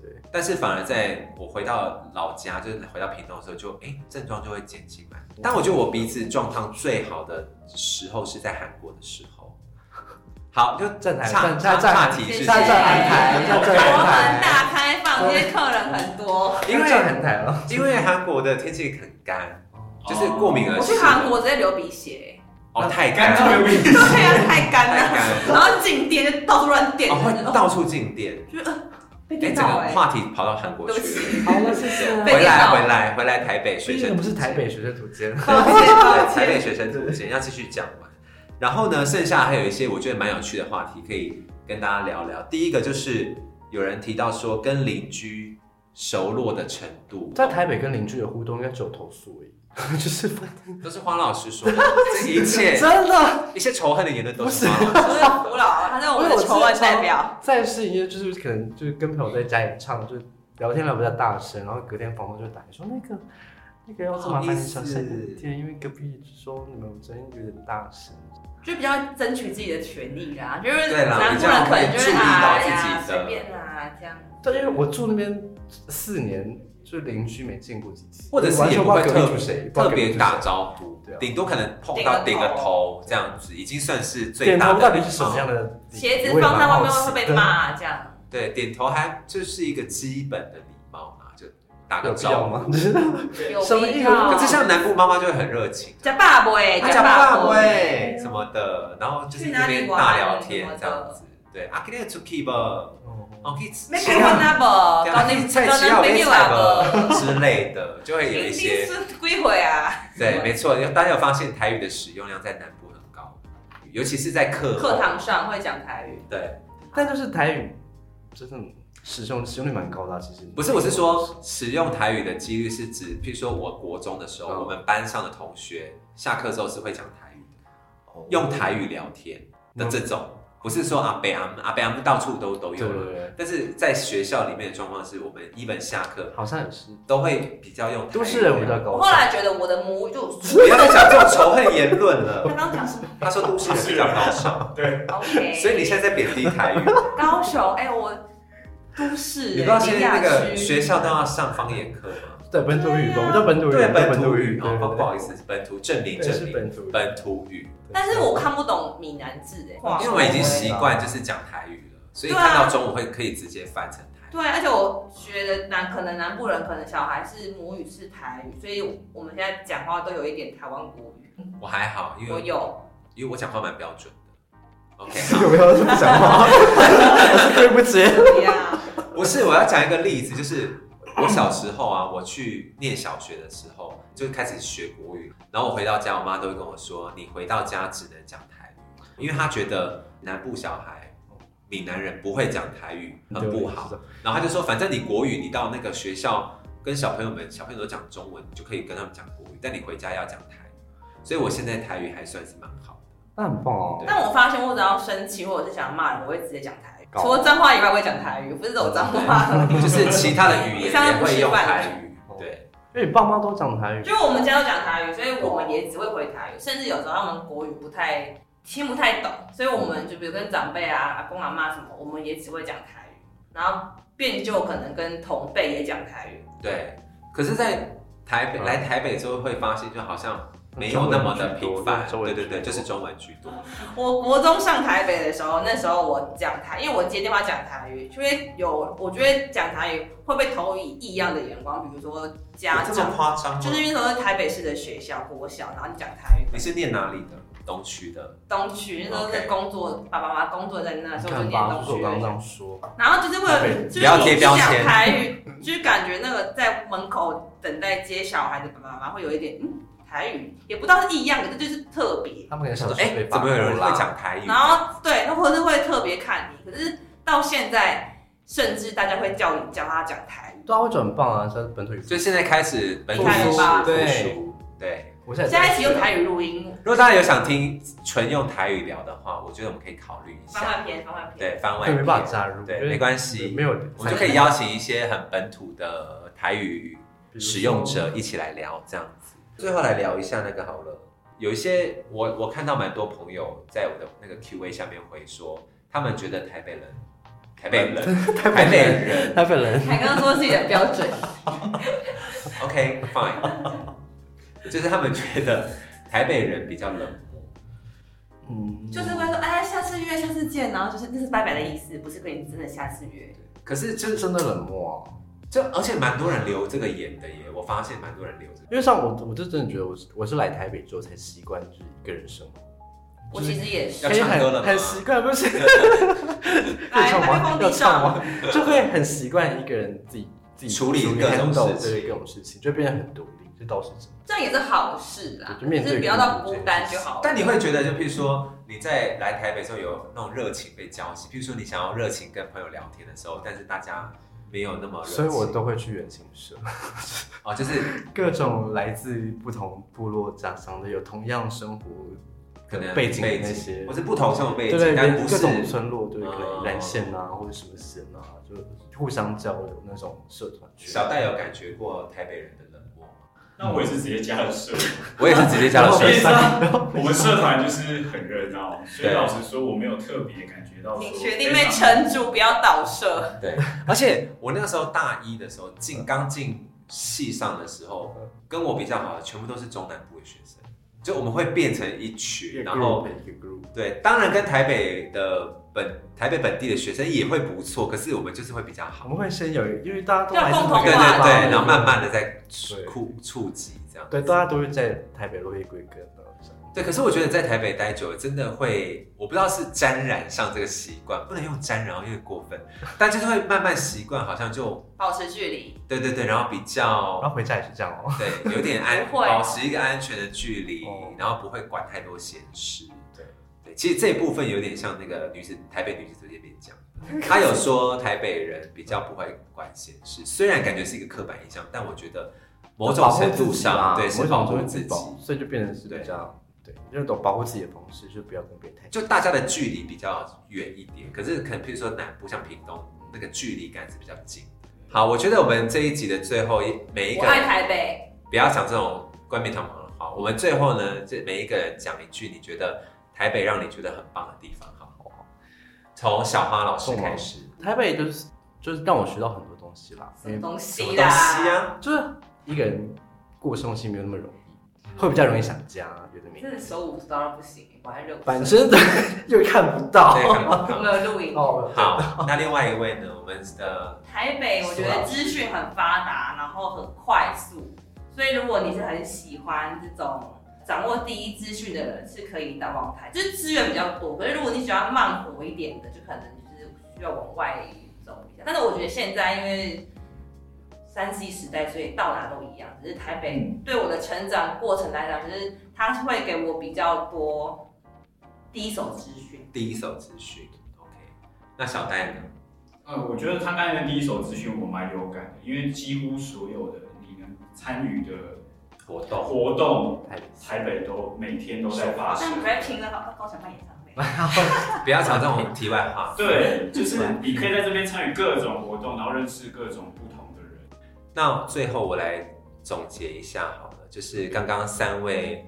Speaker 5: 对，
Speaker 1: 但是反而在我回到老家，就是回到屏东的时候就，哎症状就会减轻蛮多。但我觉得我鼻子状况最好的时候是在韩国的时候。好，就
Speaker 5: 站台
Speaker 1: 差
Speaker 5: 站站站
Speaker 1: 差题是
Speaker 5: 站站
Speaker 2: 安排
Speaker 5: 韩台，站站
Speaker 2: 国门
Speaker 5: 韩台，
Speaker 2: 大开放，今天客人很多。
Speaker 1: 因为
Speaker 5: 站韩台了。
Speaker 1: 因为韩国的天气很干，就是过敏
Speaker 2: 我
Speaker 1: 儿
Speaker 2: 去韩国直接流鼻血，
Speaker 1: 哦太干
Speaker 4: 干燥
Speaker 1: 了，
Speaker 4: 流鼻
Speaker 2: 对
Speaker 4: 血，
Speaker 2: 呀、太干
Speaker 1: 太
Speaker 2: 了。
Speaker 1: 干了，
Speaker 2: [LAUGHS] 然后进店就到处乱点，
Speaker 1: 哦会
Speaker 2: 哦
Speaker 1: 到处静电。
Speaker 2: 被
Speaker 1: 哎、
Speaker 2: 电
Speaker 1: 整
Speaker 2: 到哎、
Speaker 1: 个话题跑到韩国
Speaker 2: 对
Speaker 1: 去
Speaker 2: 不
Speaker 1: 了。
Speaker 2: 起，
Speaker 5: 好了，谢谢
Speaker 2: 被
Speaker 1: 回
Speaker 2: 电
Speaker 1: 来
Speaker 2: 到
Speaker 1: 回来回来，台北学
Speaker 5: 毕竟
Speaker 1: 生
Speaker 5: 我们是台北学生途间，
Speaker 2: 抱歉
Speaker 1: [LAUGHS]
Speaker 2: 抱
Speaker 1: 对台
Speaker 2: 歉。
Speaker 1: 北学生图鉴 [LAUGHS] 要继续讲完。然后呢，剩下还有一些我觉得蛮有趣的话题可以跟大家聊聊。第一个就是有人提到说跟邻居熟络的程度，
Speaker 5: 在台北跟邻居的互动应该只有投诉而已， [LAUGHS] 就是
Speaker 1: [LAUGHS] 都是花老师说的，这一切
Speaker 5: 真的
Speaker 1: 一些仇恨的言论都是 [LAUGHS] 花老师。
Speaker 2: 我是古老，啊他是我们的仇恨代表。
Speaker 5: 再是一个就是可能就是跟朋友在家里唱，就是聊天聊比较大声，然后隔天房东就打来说那个那个要是麻烦你小声一点，因为隔壁说你们真有点大声。
Speaker 2: 就比较争取自己的权利啦，就是
Speaker 1: 对啦
Speaker 2: 南部人可能就是
Speaker 1: 比较
Speaker 2: 啊
Speaker 1: 可以注意到
Speaker 2: 呀，
Speaker 1: 自己的
Speaker 2: 随便啊这样。
Speaker 5: 对，因为我住那边四年，就邻居没见过几次，
Speaker 1: 或者是
Speaker 5: 完
Speaker 1: 也
Speaker 5: 全
Speaker 1: 不
Speaker 5: 不
Speaker 1: 会
Speaker 5: 知道隔壁住谁，
Speaker 1: 特特别打
Speaker 5: 招
Speaker 1: 招呼
Speaker 5: 对啊，
Speaker 1: 顶多可能碰到
Speaker 2: 顶
Speaker 1: 顶
Speaker 2: 个头
Speaker 1: 个头这样子，已经算是
Speaker 5: 呼，
Speaker 1: 最
Speaker 5: 点
Speaker 1: 大
Speaker 5: 头
Speaker 1: 的
Speaker 5: 到底
Speaker 1: 礼
Speaker 5: 是什么
Speaker 1: 貌
Speaker 5: 样的？
Speaker 2: 鞋子
Speaker 5: 我也蛮
Speaker 2: 放在外面
Speaker 5: 好奇
Speaker 2: 会被
Speaker 5: 的
Speaker 2: 骂、
Speaker 1: 哦
Speaker 2: 啊、这样。
Speaker 1: 对，点头还就是一个基本的礼貌嘛，就打个
Speaker 5: 有必
Speaker 1: 招
Speaker 5: 要
Speaker 1: 呼。
Speaker 5: 吗？
Speaker 2: 有
Speaker 5: 什么
Speaker 2: 必
Speaker 5: 意思
Speaker 2: 要？
Speaker 1: 可是像南部妈妈就会很热情，
Speaker 2: 假爸爸哎，
Speaker 1: 啊，讲话
Speaker 2: 欸
Speaker 1: 会什么的，然后就是那边
Speaker 2: 啊
Speaker 1: 大聊天这样子。对，啊，今天出去吧，哦，可以吃
Speaker 2: 没看过那不，搞那
Speaker 1: 菜
Speaker 2: 搞
Speaker 1: 吃
Speaker 2: 那
Speaker 1: 啊，
Speaker 2: 没
Speaker 1: 没
Speaker 2: 有
Speaker 1: 菜
Speaker 2: 啊 [LAUGHS]
Speaker 1: 吧之类的，就
Speaker 2: 不，
Speaker 1: 会有
Speaker 2: 一
Speaker 1: 一
Speaker 2: 定
Speaker 1: 些
Speaker 2: 是归回啊，
Speaker 1: 对，没错。大家有发现台语的使用量在南部很高，尤其是在课后
Speaker 2: 课堂上会讲台语，
Speaker 1: 对，
Speaker 5: 但就是台语真的使用使用率蛮高的啊、其实
Speaker 1: 不是，我是说使用台语的几率是指，譬如说我国中的时候，我们班上的同学下课之后是会讲台语的。用台语聊天的这种，不是说阿北阿姆阿北阿姆到处都都
Speaker 5: 对
Speaker 1: 有
Speaker 5: 对
Speaker 1: 了。
Speaker 5: 对对，
Speaker 1: 但是在学校里面的状况是，我们 even 下课
Speaker 5: 好像也是
Speaker 1: 都会比较用台语
Speaker 5: 都市人比较
Speaker 1: 哦
Speaker 2: 我
Speaker 5: 高
Speaker 2: 后
Speaker 5: 尚。
Speaker 2: 来觉得我的母语就
Speaker 1: 不要再讲这种仇恨言论
Speaker 2: 刚
Speaker 1: 了。
Speaker 2: 刚讲什么
Speaker 1: 他说都市人比较高
Speaker 4: 哦
Speaker 1: 尚，
Speaker 4: 哎
Speaker 2: ？OK，
Speaker 1: 所以你现在在贬低台语，
Speaker 2: 高手哎，我都市
Speaker 1: 你
Speaker 2: 人，
Speaker 1: 不知道现在那
Speaker 2: 林雅
Speaker 1: 个
Speaker 2: 区
Speaker 1: 学校都要上方言课吗？
Speaker 5: 对本土语，我们叫本土语，
Speaker 1: 对，本土
Speaker 5: 土
Speaker 1: 语
Speaker 5: 对
Speaker 1: 哦，
Speaker 5: 对
Speaker 1: 不
Speaker 5: 对
Speaker 1: 不好意思，本土证明
Speaker 5: 对
Speaker 1: 证
Speaker 5: 是
Speaker 1: 明
Speaker 5: 本土语，
Speaker 1: 本土语，
Speaker 2: 但是
Speaker 5: [LAUGHS]
Speaker 2: 我看不懂闽南字哎，
Speaker 1: 哦因为我们已经习惯就是讲台语了，所以
Speaker 2: 对啊
Speaker 1: 看到中文会可以直接翻成台语。
Speaker 2: 对，而且我觉得南可能南部人可能小孩是母语是台语，所以我们现在讲话都有一点台湾国语。
Speaker 1: 我还好，因
Speaker 2: 我
Speaker 1: 为 [LAUGHS]
Speaker 2: 有，
Speaker 1: 因为我讲话蛮标准的。OK，
Speaker 2: [LAUGHS]
Speaker 5: 这个不要这么讲
Speaker 1: [LAUGHS]
Speaker 5: 话，对不起。
Speaker 2: 对啊呀，
Speaker 1: 不是，我要讲一个例子，就是我小时候啊，我去念小学的时候就开始学国语，然后我回到家，我妈都会跟我说，你回到家只能讲台语，因为她觉得南部小孩。闽南人不会讲台语，很不好。
Speaker 5: 对。
Speaker 1: 然后她就说，反正你国语，你到那个学校跟小朋友们，小朋友都讲中文，你就可以跟他们讲国语，但你回家要讲台语。所以我现在台语还算是蛮好
Speaker 5: 那很棒哦，
Speaker 2: 但我发现我只要生气或者是想骂人，我会直接讲台语，
Speaker 5: 搞
Speaker 2: 除了脏话以外，我会讲台语，不是走脏
Speaker 1: [LAUGHS]
Speaker 2: [LAUGHS] 话。
Speaker 1: 的，就是其他的语言
Speaker 2: 你上次
Speaker 1: 也
Speaker 2: 不
Speaker 1: 会
Speaker 2: 吃
Speaker 1: 用
Speaker 2: 饭
Speaker 1: 台语。对，
Speaker 5: 因为你爸妈都讲台语，
Speaker 2: 就是我们家都讲台语，所以我们也只会回台语，甚至有时候他们国语不太听不太懂，所以我们就比如跟长辈啊、阿公阿妈什么，我们也只会讲台语，然后变就可能跟同辈也讲台语。
Speaker 1: 对，可是，在台北
Speaker 5: 嗯
Speaker 1: 来台北之后会发现，就好像没有那么的
Speaker 5: 中文居多
Speaker 1: 频繁，
Speaker 5: 中文
Speaker 1: 对
Speaker 5: 居
Speaker 1: 对对，
Speaker 5: 多
Speaker 1: 就是中文居多。
Speaker 2: 我国中上台北的时候，那时候我讲台，因为我接电话讲台语，因为有我觉得讲台语会被投以异样的眼光，比如说家
Speaker 1: 有这么
Speaker 2: 长，
Speaker 1: 夸张吗？
Speaker 2: 就是因为那时候是台北市的学校国小，然后你讲台语，
Speaker 1: 你是念哪里的？东区的。
Speaker 2: 东区那时候在
Speaker 1: OK
Speaker 2: 工作，爸爸妈妈工作在那，
Speaker 5: 你
Speaker 2: 所以我就
Speaker 5: 看
Speaker 2: 念
Speaker 5: 吧，
Speaker 2: 东
Speaker 5: 就是我
Speaker 2: 区
Speaker 5: 刚刚这
Speaker 2: 的。
Speaker 5: 样说，
Speaker 2: 然后就是为
Speaker 5: 台
Speaker 2: 了
Speaker 5: 北
Speaker 2: 就是
Speaker 1: 不要贴标签
Speaker 2: 讲台语，就是感觉那个在门口等待接小孩的爸爸妈妈会有一点嗯台语，也不到是异样，可是就是特别。
Speaker 5: 他们可能想
Speaker 1: 我说，
Speaker 5: 说
Speaker 1: 哎、
Speaker 5: 被
Speaker 1: 怎
Speaker 5: 发
Speaker 1: 么有人
Speaker 5: 过啦
Speaker 1: 会讲台语
Speaker 2: 然？后对，他或者是会特别看你。可是到现在，甚至大家会叫你教他讲台语。
Speaker 5: 对啊，我觉得很棒啊，像是本土语。
Speaker 1: 就现在开始本土
Speaker 2: 台语吧
Speaker 1: 复
Speaker 5: 对
Speaker 1: 苏，对。
Speaker 5: 我现在
Speaker 2: 下一
Speaker 5: 起
Speaker 2: 集用台语录音，
Speaker 1: 如果大家有想听纯用台语聊的话，我觉得我们可以考虑一
Speaker 2: 番
Speaker 1: 下。
Speaker 2: 外篇，番外篇。
Speaker 1: 对，番外篇
Speaker 5: 对，没办法加入，
Speaker 1: 对
Speaker 5: 因为
Speaker 1: 没关系
Speaker 5: 没有，
Speaker 1: 我们就可以邀请一些很本土的台语使用者一起来聊这样子。最后来聊一下那个好了，有一些我我看到蛮多朋友在我的那个 Q&A 下面回说，他们觉得台北人、台北人、
Speaker 5: [LAUGHS] 台
Speaker 1: 台北
Speaker 5: 北人，
Speaker 1: 人
Speaker 3: 台北人
Speaker 2: 还刚刚说自己的标准，
Speaker 1: OK fine，就是 [LAUGHS] 他们觉得台北人比较冷漠。
Speaker 5: 嗯，
Speaker 2: 就是会说，哎，下次约，下次见，然后就是这是拜拜的意思，不是跟你真的下次约。
Speaker 1: 可是就
Speaker 5: 真的冷漠啊。
Speaker 1: 就而且蛮多人留这个言的耶，我发现蛮多人留这个。
Speaker 5: 因为像我，我就真的觉得我是我是来台北之后才习惯就是一个人生活，
Speaker 2: 我其实也是，
Speaker 1: 要唱歌了哎吗
Speaker 5: 很很习惯，不是可以
Speaker 2: 来，
Speaker 5: 唱
Speaker 2: 麦克
Speaker 5: 吗？
Speaker 2: 风
Speaker 5: 要
Speaker 2: 递
Speaker 5: 唱
Speaker 2: 上。
Speaker 5: 吗？ [LAUGHS] 就会很习惯一个人自己自己
Speaker 1: 处理各种事
Speaker 5: handle
Speaker 1: 情
Speaker 5: 对各种事情，就变得很独立，这倒是真的。
Speaker 2: 这样也是好事啦，
Speaker 5: 就面对
Speaker 2: 是不要到孤单就好了。
Speaker 1: 但你会觉得，就譬如说你在来台北之后有那种热情被浇熄，譬如说你想要热情跟朋友聊天的时候，但是大家没有那么热情，
Speaker 5: 所以我都会去远行社，
Speaker 1: 哦，就是
Speaker 5: 各种来自于不同部落家乡的，有同样生活
Speaker 1: 可能
Speaker 5: 背景的那些
Speaker 1: 我是不同这种背景
Speaker 5: 对，对，
Speaker 1: 但不
Speaker 5: 各
Speaker 1: 是
Speaker 5: 种村落，对，可
Speaker 1: 哦
Speaker 5: 能蓝线啊，或者什么线啊，就互相交流那种社团圈。
Speaker 1: 小戴有感觉过台北人的冷漠吗？
Speaker 4: 那我也是直接加了社团，
Speaker 1: [LAUGHS] 我也是直接加
Speaker 5: 加
Speaker 1: [LAUGHS] 了
Speaker 5: 了
Speaker 4: 所
Speaker 5: 水
Speaker 4: 以
Speaker 1: 水，
Speaker 5: 社
Speaker 4: 我们社团就是很热闹，所以老实说我没有特别感觉到说
Speaker 2: 请
Speaker 4: 非常。
Speaker 2: 学弟妹撑住，不要倒射。
Speaker 1: 对，而且我那个时候大一的时候进刚进系上的时候，跟我比较好的全部都是中南部的学生，就我们会变成一群，
Speaker 5: 一个
Speaker 1: 然后
Speaker 5: group 一个 group，
Speaker 1: 对，当然跟台北的本台北本地的学生也会不错，可是我们就是会比较
Speaker 5: 我
Speaker 1: 好，
Speaker 5: 们会先有，因为大家都
Speaker 2: 要
Speaker 5: 来自
Speaker 2: 共同
Speaker 5: 同
Speaker 1: 对
Speaker 5: 一个
Speaker 1: 对
Speaker 5: 地
Speaker 2: 化
Speaker 5: 方，
Speaker 1: 对，然后慢慢的在
Speaker 5: 对
Speaker 1: 触触及这样。
Speaker 5: 对，大家都是在台北落叶归根的。
Speaker 1: 对，可是我觉得在台北待久了，真的会，我不知道是沾染上这个习惯，不能用沾染，因为过分，但就是会慢慢习惯，好像就
Speaker 2: 保持距离，
Speaker 1: 对对对，然后比
Speaker 5: 然
Speaker 1: 较
Speaker 5: 后回家也是这样哦。
Speaker 1: 对，有点安，
Speaker 2: 不会啊
Speaker 1: 保持一个安全的距离
Speaker 5: 哦，
Speaker 1: 然后不会管太多闲事。
Speaker 4: 对
Speaker 1: 对，其实这一部分有点像那个女子台北女子酒店边
Speaker 2: [LAUGHS]
Speaker 1: 讲的，她有说台北人比较不会管闲事，虽然感觉是一个刻板印象，但我觉得某种程度上，对，是保
Speaker 5: 保护
Speaker 1: 护
Speaker 5: 自
Speaker 1: 自
Speaker 5: 己
Speaker 1: 己
Speaker 5: 吧，所以就变成是比较对，就是懂保护自己的方式，就不要跟别人太。
Speaker 1: 就大家的距离比较远一点，可是可能譬如说南部像屏东那个距离感是比较近。好，我觉得我们这一集的最后一每一
Speaker 2: 我
Speaker 1: 个
Speaker 2: 爱台北。
Speaker 1: 不要讲这种冠冕堂皇的话，我们最后呢，这每一个人讲一句你觉得台北让你觉得很棒的地方，好不好？从小花老师开始，
Speaker 5: 台北就是就是让我学到很多东西啦，
Speaker 2: 什
Speaker 5: 因为
Speaker 2: 么东
Speaker 1: 什么
Speaker 2: 西
Speaker 1: 东
Speaker 2: 啦？
Speaker 1: 西啊？
Speaker 5: 就是一个人过生活其实没有那么容易，会比较容易想家，有的没
Speaker 2: 真。的手舞足蹈到不行，我还热。
Speaker 5: 反正又看不到。
Speaker 1: 对，看不
Speaker 2: [LAUGHS] 我
Speaker 1: 到
Speaker 2: 没有录影。
Speaker 5: 哦，
Speaker 1: 好，那另外一位呢？我们的
Speaker 2: 台北我觉得资讯很发达，然后很快速，所以如果你是很喜欢这种掌握第一资讯的人，是可以到往台，就是资源比较多。可是如果你喜欢慢活一点的，就可能就是需要往外走一下。但是我觉得现在因为三 C 时代，所以到哪都一样。只是台北对我的成长过程来讲，就是它是会给我比较多第一手资讯。
Speaker 1: 第一手资讯，OK？那小戴呢？
Speaker 4: 呃，我觉得他刚才的第一手资讯我蛮有感的，因为几乎所有的你能参与的
Speaker 1: 活动
Speaker 4: 活动，
Speaker 5: 台北
Speaker 4: 台北都每天都在发生
Speaker 2: 但。Breaking 的高高晓曼演唱会，
Speaker 1: 不要讲这种题外话。
Speaker 4: 对，就是你可以在这边参与各种活动，然后认识各种不同的人。
Speaker 1: 那最后我来总结一下好了，就是刚刚三位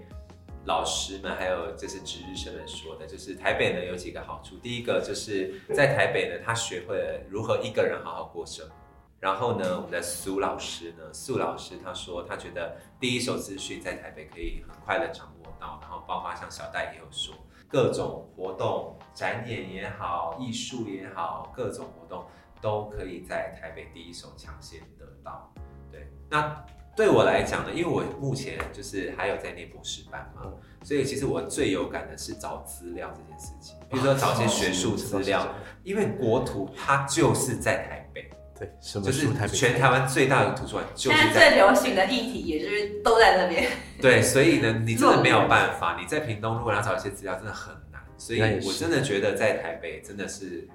Speaker 1: 老师们还有就是值日生们说的，就是台北呢有几个好处，第一个就是在台北呢，他学会了如何一个人好好过生活。然后呢，我们的苏老师呢，苏老师他说，他觉得第一手资讯在台北可以很快的掌握到，然后包括像小戴也有说，各种活动、展演也好，艺术也好，各种活动都可以在台北第一手抢先得到。对，那对我来讲呢，因为我目前就是还有在念博士班嘛，所以其实我最有感的是找资料这件事情，比如说找一些学术资
Speaker 5: 哦
Speaker 1: 料，因为国图它就是在台北。
Speaker 5: 对，什么
Speaker 1: 就
Speaker 5: 书
Speaker 1: 是
Speaker 5: 台北？
Speaker 1: 全台湾最大的图书馆就
Speaker 2: 现
Speaker 1: 是
Speaker 2: 在
Speaker 1: 在
Speaker 2: 最流行的议题也就是都在那边，
Speaker 1: 对，所以呢，你真的没有办法，你在屏东如果要找一些资料真的很难，所以
Speaker 5: 那也是
Speaker 1: 我真的觉得在台北真的是，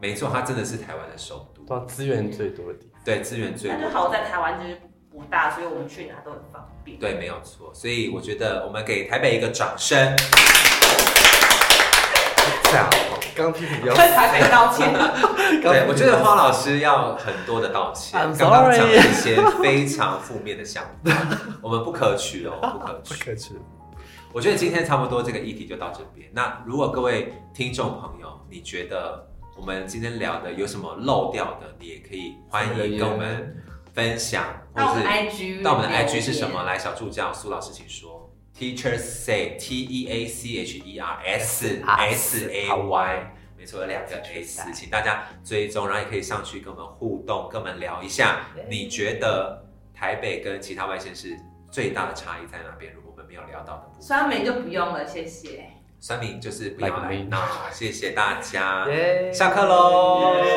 Speaker 1: 没错，它真的是台湾的首都，
Speaker 5: 到资源最多的地方。
Speaker 1: 对，资源最
Speaker 2: 但
Speaker 1: 多
Speaker 2: 是，好在台湾就是不大，所以我们去哪都很方便。
Speaker 1: 对，没有错，所以我觉得我们给台北一个掌声，
Speaker 5: 假的，刚批评要
Speaker 2: 跟 [LAUGHS] 台北道歉，
Speaker 1: 对我觉得花老师要很多的道歉，
Speaker 3: I'm
Speaker 1: 刚刚
Speaker 3: sorry
Speaker 1: 讲了一些非常负面的想法，我们不可取哦，不可
Speaker 5: 不
Speaker 1: 取。
Speaker 5: 可耻。
Speaker 1: 我觉得今天差不多这个议题就到这边。那如果各位听众朋友，你觉得我们今天聊的有什么漏掉的，你也可以欢迎跟我们分享， [LAUGHS] 或
Speaker 2: 那我
Speaker 1: 是
Speaker 2: 们 IG
Speaker 1: 到我们的
Speaker 2: 留言
Speaker 1: IG 是什么？？来，小助教苏老师，请说。Teachers say T E A C H E R S S A Y，没错，有两个 S，请大家追踪，然后也可以上去跟我们互动，跟我们聊一下，你觉得台北跟其他外县市最大的差异在哪边？如果我们没有聊到的部分。
Speaker 2: 酸梅就不用了，谢谢。
Speaker 1: 酸民就是不要
Speaker 5: 来个
Speaker 1: 来
Speaker 5: 名
Speaker 1: 闹，谢谢大家，
Speaker 5: 耶
Speaker 1: 下课喽。
Speaker 4: 耶